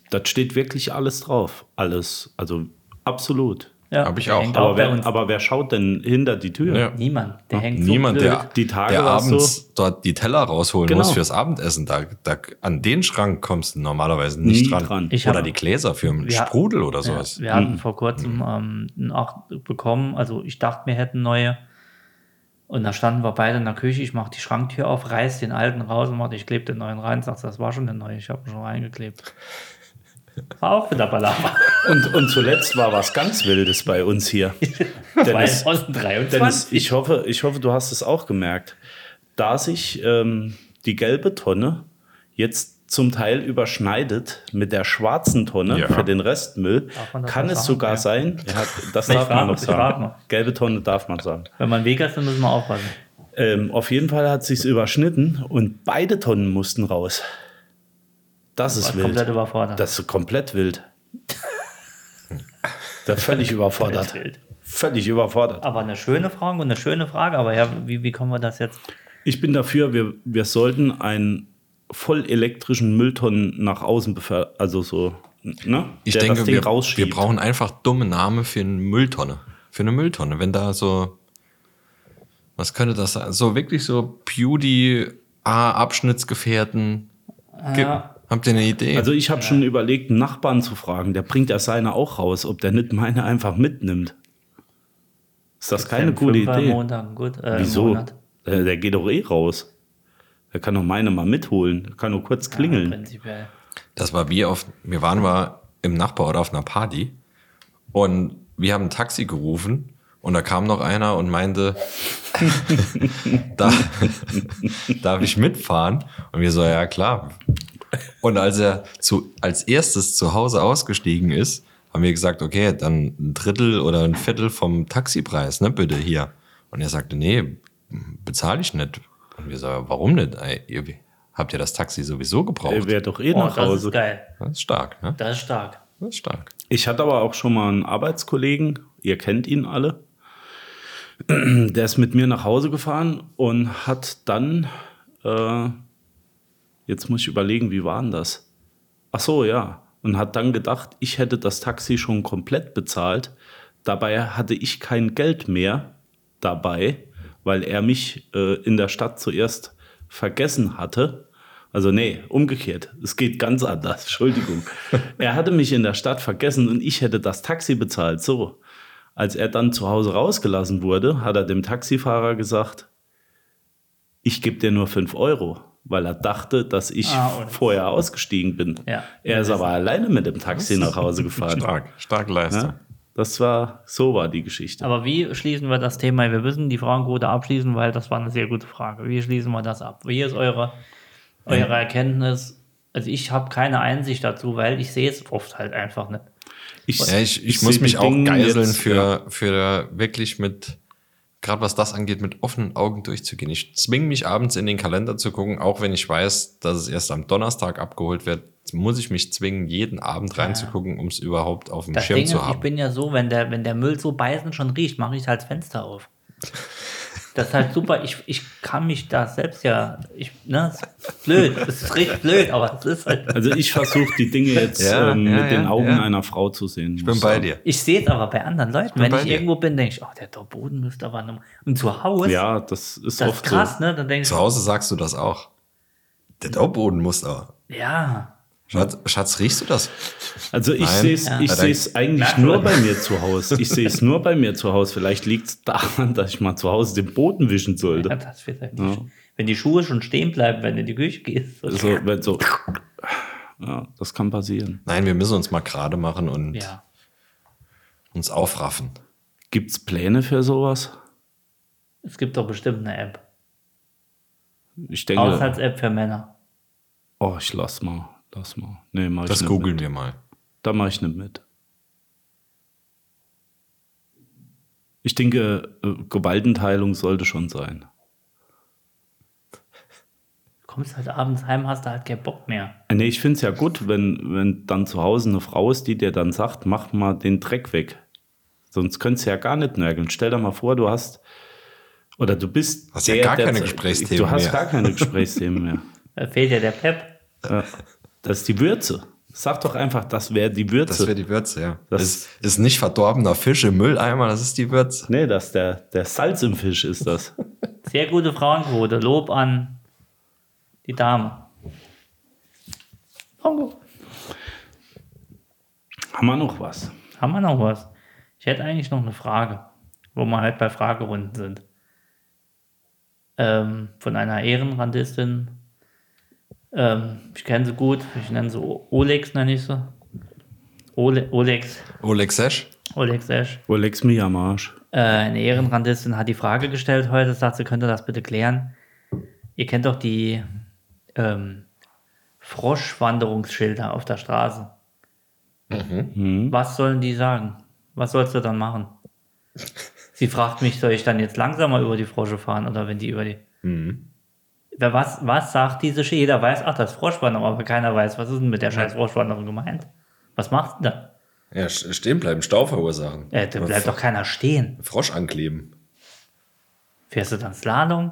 S2: Da steht wirklich alles drauf. Alles. Also absolut.
S3: ja.
S4: Hab ich
S3: der
S4: auch.
S3: hängt
S2: Aber
S3: bei
S2: wer,
S3: uns.
S2: aber wer schaut denn hinter äh, die Tür?
S4: Ja.
S3: niemand. Der hängt so
S4: Niemand,
S3: blöd.
S4: der,
S2: Die Tage
S4: der
S2: war's
S4: abends dort die Teller rausholen
S2: Genau.
S4: muss fürs Abendessen, da, da, an den Schrank kommst du normalerweise nicht
S2: Nie
S4: dran.
S2: dran.
S3: Ich
S4: oder
S3: hab-
S4: die Gläser für einen
S3: Wir-
S4: Sprudel oder sowas.
S3: Ja, wir hatten vor
S2: Mhm.
S3: kurzem ähm, einen Acht bekommen. Also ich dachte, wir hätten neue. Und da standen wir beide in der Küche. Ich mache die Schranktür auf, reiß den alten raus und mache, ich klebe den neuen rein. Sagst, das war schon der neue. Ich habe ihn schon reingeklebt. War auch wieder Balama.
S2: Und, und zuletzt war was ganz Wildes bei uns
S3: (laughs)
S2: hier. Dennis,
S3: 2023.
S2: Dennis ich, hoffe, ich hoffe, du hast es auch gemerkt, da sich ähm, die gelbe Tonne jetzt zum Teil überschneidet mit der schwarzen Tonne
S4: Ja.
S2: für den Restmüll,
S3: Darf man das
S2: kann
S3: noch
S2: es
S3: sagen?
S2: sogar
S3: Ja.
S2: sein, ja, das
S3: Ich
S2: darf
S3: frag-
S2: man noch
S3: ich frag
S2: sagen,
S3: mal.
S2: gelbe Tonne darf man sagen.
S3: Wenn man Vegas ist, müssen wir aufpassen.
S2: Ähm, auf jeden Fall hat sich's überschnitten und beide Tonnen mussten raus. Das ist
S3: War
S2: wild.
S3: komplett überfordert. (laughs)
S2: Das ist komplett wild. da völlig überfordert.
S3: Wild.
S2: völlig überfordert.
S3: Aber eine schöne Frage und eine schöne Frage. Aber ja, wie, wie kommen wir das jetzt?
S2: Ich bin dafür, wir, wir sollten einen voll elektrischen Mülltonnen nach außen befördern. Also so, ne?
S4: Ich
S2: Der
S4: denke,
S2: das Ding
S4: wir,
S2: rausschiebt.
S4: wir brauchen einfach dumme Namen für eine Mülltonne. Für eine Mülltonne. Wenn da so, was könnte das sein? So wirklich so Beauty-Abschnittsgefährten.
S3: Ja.
S4: Habt ihr eine Idee?
S2: also ich habe schon überlegt, einen Nachbarn zu fragen. Der bringt ja seine auch raus, ob der nicht meine einfach mitnimmt. Ist das keine
S3: Ein
S2: gute
S3: Fünfer im
S2: Idee?
S3: Monat, gut, äh, im
S2: Wieso?
S3: Monat.
S2: Äh, Der geht doch eh raus. Der kann doch meine mal mitholen. Der kann nur kurz klingeln.
S3: Prinzipiell.
S4: Das war wie auf, wir waren mal im Nachbarort auf einer Party und wir haben ein Taxi gerufen und da kam noch einer und meinte, (laughs) da, (laughs) darf ich mitfahren? Und wir so, ja klar. Und als er zu, als erstes zu Hause ausgestiegen ist, haben wir gesagt, okay, dann ein Drittel oder ein Viertel vom Taxipreis, ne, bitte hier. Und er sagte, nee, bezahle ich nicht. Und wir so, ja, warum nicht? Ey, ihr, habt ihr das Taxi sowieso gebraucht?
S2: Der wäre doch eh
S3: Oh,
S2: nach
S3: das ist
S2: Hause.
S3: geil.
S4: Das ist stark, ne?
S3: Das ist stark.
S4: Das ist stark.
S2: Ich hatte aber auch schon mal einen Arbeitskollegen, ihr kennt ihn alle. (clears throat) Der ist mit mir nach Hause gefahren und hat dann, äh, jetzt muss ich überlegen, wie war denn das? Ach so, ja. Und hat dann gedacht, ich hätte das Taxi schon komplett bezahlt. Dabei hatte ich kein Geld mehr dabei, weil er mich äh, in der Stadt zuerst vergessen hatte. Also nee, umgekehrt. Es geht ganz anders. (laughs) Entschuldigung. er hatte mich in der Stadt vergessen und ich hätte das Taxi bezahlt. So. Als er dann zu Hause rausgelassen wurde, hat er dem Taxifahrer gesagt, ich gebe dir nur 5 Euro, weil er dachte, dass ich
S3: Ah, oder-
S2: vorher ausgestiegen bin.
S3: Ja.
S2: Er ist aber alleine mit dem Taxi nach Hause gefahren.
S4: Stark, starke Leistung.
S2: Ja? Das war, so war die Geschichte.
S3: Aber wie schließen wir das Thema? Wir müssen die Frauenquote abschließen, weil das war eine sehr gute Frage. Wie schließen wir das ab? Wie ist eure, eure Erkenntnis? Also ich habe keine Einsicht dazu, weil ich sehe es oft halt einfach nicht.
S2: ich,
S4: Ja, ich, ich,
S2: ich
S4: muss
S2: seh
S4: mich
S2: die
S4: auch
S2: Dinge
S4: geiseln
S2: jetzt,
S4: für,
S2: ja.
S4: für wirklich mit, gerade was das angeht, mit offenen Augen durchzugehen. Ich zwinge mich abends in den Kalender zu gucken, auch wenn ich weiß, dass es erst am Donnerstag abgeholt wird, muss ich mich zwingen, jeden Abend reinzugucken, um es überhaupt auf dem
S3: Das
S4: Schirm
S3: Ding ist,
S4: zu
S3: ich
S4: haben.
S3: bin ja so, wenn der, wenn der Müll so beißend schon riecht, mache ich halt das Fenster auf. Das ist halt super. Ich, ich kann mich da selbst ja. Ich, ne, es ist blöd. Es ist richtig blöd, aber es ist halt.
S2: Also ich versuche die
S4: (laughs)
S2: Dinge jetzt
S4: Ja,
S2: ähm,
S4: ja,
S2: mit den
S4: ja,
S2: Augen
S4: ja.
S2: einer Frau zu sehen. Ich
S4: dir.
S3: Ich sehe es aber bei anderen Leuten. Wenn
S4: bei
S3: ich
S4: dir.
S3: irgendwo bin, denke ich, oh, der, der Boden müsste aber noch. Und zu Hause,
S2: Ja, das ist
S3: das ist
S2: oft
S3: krass,
S2: so.
S3: ne? Dann denke ich,
S4: Zu Hause sagst du das auch. Der Dauboden muss aber.
S3: ja.
S4: Schatz, Schatz, riechst du das?
S2: Also ich
S4: Nein. Äh,
S2: sehe es
S3: Ja.
S2: ich
S4: Na, dann-
S2: seh's eigentlich
S3: Na,
S2: nur
S3: gut.
S2: bei mir zu Hause. Ich sehe es nur bei mir zu Hause. Vielleicht liegt es daran, dass ich mal zu Hause den Boden wischen
S3: ja
S2: sollte.
S3: das wird halt nicht. Wenn die Schuhe schon stehen bleiben, wenn du in die Küche gehst. so-
S2: Also wenn so, ja, das kann passieren.
S4: Nein, wir müssen uns mal gerade machen und
S3: Ja.
S4: uns aufraffen.
S2: Gibt es Pläne für sowas?
S3: Es gibt doch bestimmt eine App.
S2: Ich denke,
S3: Haushalts-App für Männer.
S2: oh, ich lass mal, lass mal. Nee, mach
S4: Das
S2: ich nicht
S4: googeln
S2: mit.
S4: wir mal.
S2: Da mache ich nicht mit. Ich denke, äh, Gewaltenteilung sollte schon sein.
S3: kommst halt abends heim, hast da halt keinen Bock mehr.
S2: Äh, Nee, ich finde es ja gut, wenn, wenn dann zu Hause eine Frau ist, die dir dann sagt, mach mal den Dreck weg. Sonst könntest du ja gar nicht nörgeln. Stell dir mal vor, du hast oder du bist.
S4: Hast ja gar keine Gesprächsthemen
S2: Du hast
S4: mehr.
S2: gar keine Gesprächsthemen mehr.
S3: Da fehlt ja der Pep.
S2: Das ist die Würze. Sag doch einfach, das wäre die
S4: Das
S2: Würze.
S4: wäre die Würze, ja.
S2: Das-
S4: Das ist, ist nicht verdorbener Fisch im Mülleimer, das ist die Würze.
S2: nee, das der, der Salz im Fisch ist das.
S3: Sehr gute Frauenquote. Lob an die Dame. Bongo.
S2: Haben wir noch was?
S3: Haben wir noch was? Ich hätte eigentlich noch eine Frage, wo wir halt bei Fragerunden sind. Ähm, von einer Ehrenrandistin. Ähm, ich kenne sie gut. Ich nenne sie O- Olex, nenne ich sie. Ole, Olex.
S4: Oleg Sesh?
S3: Olex Ash.
S2: Oh, leck's mir am Arsch.
S3: Äh, eine Ehrenrandistin hat die Frage gestellt heute, sagt, sie könnte das bitte klären. Ihr kennt doch die ähm, Froschwanderungsschilder auf der Straße. Was sollen die sagen? Was sollst du dann machen? Sie fragt mich, soll ich dann jetzt langsamer über die Frosche fahren oder wenn die über die. Wer- Was, was sagt diese Schilder? Jeder weiß, ach, das ist Froschwanderung, aber keiner weiß, was ist denn mit der scheiß Froschwanderung gemeint? Was macht denn da?
S4: Ja, st- stehen bleiben, Stau verursachen.
S3: Äh, da bleibt doch keiner stehen.
S4: Frosch ankleben.
S3: Fährst du dann Slalom?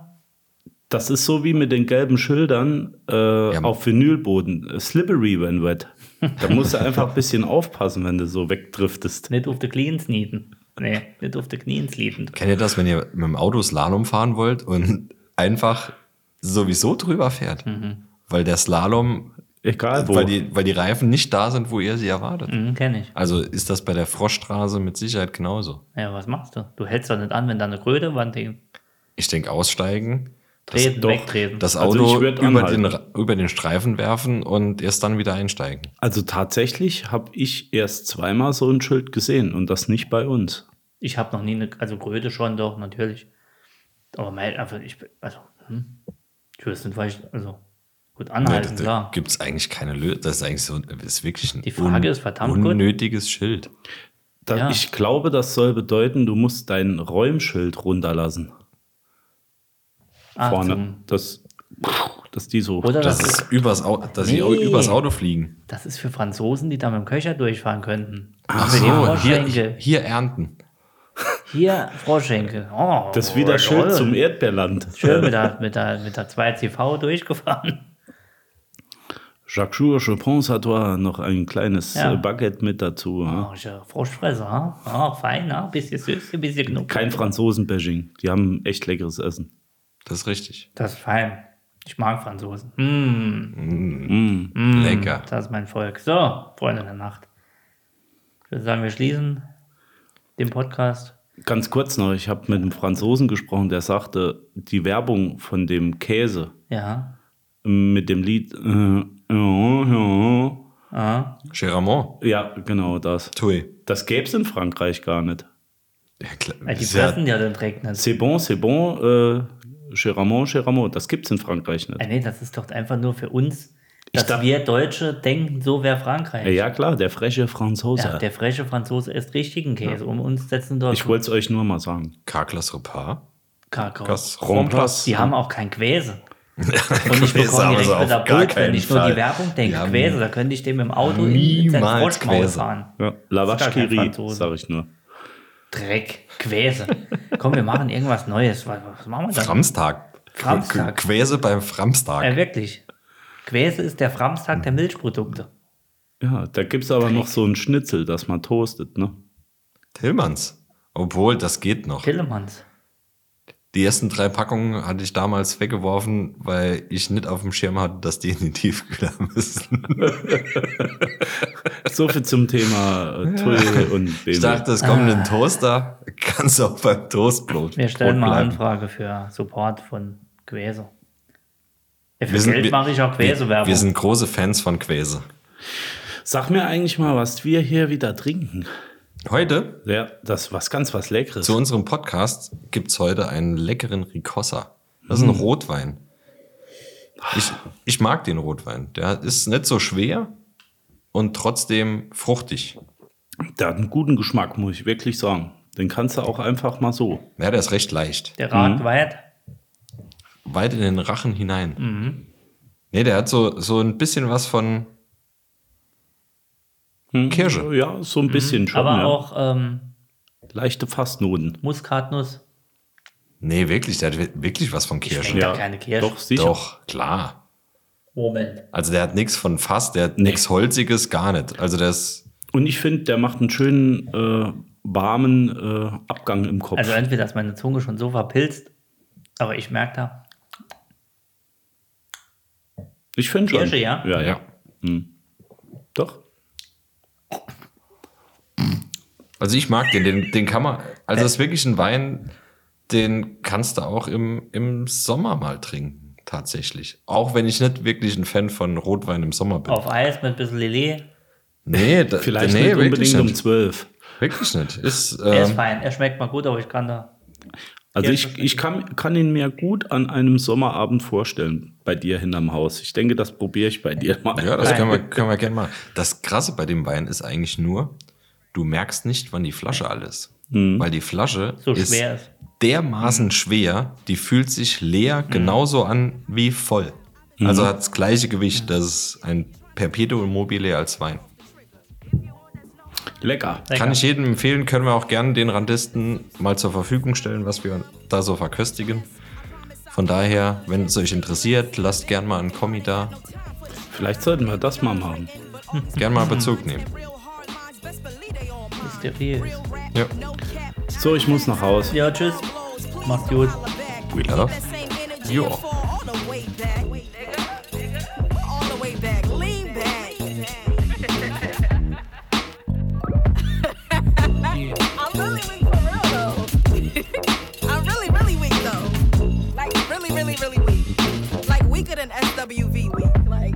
S2: Das ist so wie mit den gelben Schildern äh, auf Vinylboden. Äh, Slippery when wet. Da musst du einfach ein bisschen aufpassen, wenn du so wegdriftest.
S3: Nicht auf die Knien snieten. Nee, nicht auf die Knien snieten.
S4: Kennt ihr das, wenn ihr mit dem Auto Slalom fahren wollt und (laughs) einfach sowieso drüber fährt?
S3: Mhm.
S4: Weil der Slalom,
S2: Egal wo.
S4: Äh, weil die, weil die Reifen nicht da sind, wo ihr sie erwartet.
S3: Mhm, kenn ich.
S4: Also ist das bei der Froschstraße mit Sicherheit genauso.
S3: Ja, was machst du? Du hältst doch nicht an, wenn da eine Kröte wand
S4: Ich denke, aussteigen,
S3: treten,
S2: doch,
S3: wegtreten.
S4: das
S2: Also
S4: Auto
S2: ich würd
S4: über,
S2: anhalten.
S4: den, Ra- über den Streifen werfen und erst dann wieder einsteigen.
S2: Also tatsächlich habe ich erst zweimal so ein Schild gesehen und das nicht bei uns.
S3: ich habe noch nie eine, also Kröte schon doch, natürlich. Aber mein, einfach, ich, bin- also, hm, ich wüsste nicht, weil ich, also, gut anhalten,
S4: da
S3: klar.
S4: gibt es eigentlich keine Lösung. Das ist eigentlich so ist wirklich ein
S3: Die Frage ist verdammt gut.
S4: unnötiges Schild.
S2: Da,
S3: Ja.
S2: Ich glaube, das soll bedeuten, du musst dein Räumschild runterlassen.
S3: Ach,
S2: vorne.
S3: zum-
S2: Das, dass die so.
S3: Oder
S4: Das
S3: das,
S4: ist übers Auto, dass sie
S3: Nee.
S4: au- übers Auto fliegen.
S3: das ist für Franzosen, die da mit dem Köcher durchfahren könnten.
S4: Ach
S3: Für die
S4: so, hier,
S3: Froschschenkel.
S4: hier ernten.
S3: Hier, Froschschenkel. Oh,
S2: das ist wie das
S3: jawohl.
S2: Schild zum Erdbeerland.
S3: Schön mit der, mit der, mit der 2CV durchgefahren.
S2: (laughs) Jacques Jour, je pense à toi, noch ein kleines
S3: Ja.
S2: äh, Baguette mit dazu. Ja?
S3: Oh, ist ja Froschfresser, ha? Ah, fein, ha? bisschen süß, ein bisschen genug.
S2: Kein Franzosen-Bashing. Die haben echt leckeres Essen.
S4: Das ist richtig.
S3: Das ist fein. Ich mag Franzosen. Mm.
S4: Lecker.
S3: Das ist mein Volk. So, Freunde der Nacht. Ich würde sagen, wir schließen den Podcast.
S2: Ganz kurz noch, ich habe mit einem Franzosen gesprochen, der sagte, die Werbung von dem Käse
S3: Ja.
S2: mit dem Lied. Äh, äh, äh,
S3: Ah.
S4: Cheramont.
S2: ja, genau das.
S4: Tui.
S2: Das gäbe es in Frankreich gar nicht.
S4: Ja, klar.
S3: Weil Äh, die
S4: Ist ja-
S3: fressen ja den Dreck nicht.
S2: C'est bon, c'est bon, äh, Cheramont, Cheramont. Das gibt's in Frankreich nicht.
S3: Äh, nee, das ist doch einfach nur für uns,
S2: Ich
S3: dass
S2: dacht-
S3: wir Deutsche denken, so wäre Frankreich.
S2: Äh, Ja, klar, der freche Franzose.
S3: Ja, der freche Franzose isst richtigen Käse. Um uns setzen dort
S2: ich wollte es euch nur mal sagen.
S4: Carclas Repas.
S3: Kakao.
S4: Carclas Romplas.
S3: Die haben auch kein Quäse. (laughs) Und ich
S4: Quäse
S3: bekomme
S4: haben
S3: direkt
S4: sie
S3: mit der
S4: auf gar
S3: Boot, wenn
S4: keinen
S3: ich nur die
S4: Fall.
S3: Werbung denke.
S4: Die haben
S3: Quäse, da könnte ich dem im Auto in, in sein
S4: niemals
S3: Froschmaul
S4: Quäse.
S3: fahren.
S2: Ja, Lavash
S3: Ist gar kein
S2: Kiri,
S3: Franzose.
S2: sage ich nur.
S3: Dreck, Quäse. Komm, wir machen irgendwas Neues. Was, was machen wir da?
S4: Framstag.
S3: Framstag. Ähm.
S4: Qu- Quäse beim Framstag.
S3: Ja, wirklich. Quäse ist der Framstag der Milchprodukte.
S2: Ja, da gibt's aber noch so einen Schnitzel, das man toastet, ne?
S4: Tillmanns. Obwohl, das geht noch.
S3: Tillemanns.
S4: Die ersten drei Packungen hatte ich damals weggeworfen, weil ich nicht auf dem Schirm hatte, dass die in den Tiefkühler müssen.
S2: So viel zum Thema äh, Tui und
S4: Ich
S2: BMW.
S4: dachte, es kommt ein Toaster, kannst du auch beim Toastbrot.
S3: Ah. Wir stellen
S4: Brot
S3: mal
S4: bleiben.
S3: Anfrage für Support von Quäse. Ja, für
S4: Wir sind-
S3: Geld
S4: wir-
S3: mache ich auch
S4: Wir,
S3: Quäse-Werbung.
S4: wir sind große Fans von Quäse.
S2: Sag mir eigentlich mal, was wir hier wieder trinken.
S4: Heute,
S2: Ja, das ist was ganz was Leckeres.
S4: zu unserem Podcast, gibt's heute einen leckeren Ricossa. Das
S3: Mm.
S4: ist ein Rotwein. Ich, ich mag den Rotwein. Der ist nicht so schwer und trotzdem fruchtig.
S2: Der hat einen guten Geschmack, muss ich wirklich sagen. Den kannst du auch einfach mal so.
S4: Ja, der ist recht leicht.
S3: der Rat weit.
S4: weit in den Rachen hinein.
S3: Mhm.
S4: Nee, der hat so, so ein bisschen was von Kirsche.
S2: Ja, so ein bisschen schon.
S3: Mhm. Aber
S2: ja.
S3: auch ähm,
S2: Leichte Fassnoten.
S3: Muskatnuss.
S4: Nee, wirklich, der hat wi- wirklich was von
S3: Ich
S4: Kirsche.
S3: denk da keine Kirsche.
S2: Doch, sicher.
S4: Doch, klar.
S3: Moment.
S4: Also der hat nichts von Fass, der hat nichts Holziges, gar nicht. Also der ist,
S2: Und ich finde, der macht einen schönen, äh, warmen äh, Abgang im Kopf.
S3: Also entweder ist meine Zunge schon so verpilzt, aber ich merke da,
S2: ich finde schon.
S3: Kirsche, ja?
S2: Ja,
S4: ja.
S2: ja. Doch.
S4: Also ich mag den, den, den kann man, also das ist wirklich ein Wein, den kannst du auch im, im Sommer mal trinken, tatsächlich. Auch wenn ich nicht wirklich ein Fan von Rotwein im Sommer bin.
S3: auf Eis mit ein bisschen Lillet.
S4: Nee, da,
S2: Oh. (laughs) Vielleicht
S4: nee,
S2: nicht
S4: wirklich
S2: unbedingt um
S4: nicht.
S2: 12.
S4: Wirklich nicht. Ist,
S3: Er ist
S4: ähm,
S3: fein, er schmeckt mal gut, aber ich kann da.
S2: Also
S3: Ja,
S2: ich, ich kann, kann ihn mir gut an einem Sommerabend vorstellen, bei dir hinterm Haus. Ich denke, das probiere ich bei dir mal.
S4: Ja, das können wir, können wir gerne machen. Das Krasse bei dem Wein ist eigentlich nur, du merkst nicht, wann die Flasche alles. Weil die Flasche
S3: So schwer ist.
S4: dermaßen schwer, die fühlt sich leer genauso an wie voll. Also hat das gleiche Gewicht. Das ist ein Perpetuum mobile als Wein.
S2: (laughs) Lecker.
S4: Kann ich jedem empfehlen, können wir auch gerne den Randisten mal zur Verfügung stellen, was wir da so verköstigen. Von daher, wenn es euch interessiert, lasst gerne mal einen Kommi da,
S2: Vielleicht sollten wir das mal machen.
S4: gerne mal Bezug nehmen.
S3: Mysteriös.
S4: Ja.
S2: So, ich muss nach Hause.
S3: Ja, tschüss. Macht's gut.
S4: We love.
S1: Yo.
S4: Yo.
S1: I'm really weak for real though. I'm really, really weak though. Like really, really, really weak. Like weaker than SWV weak. Like.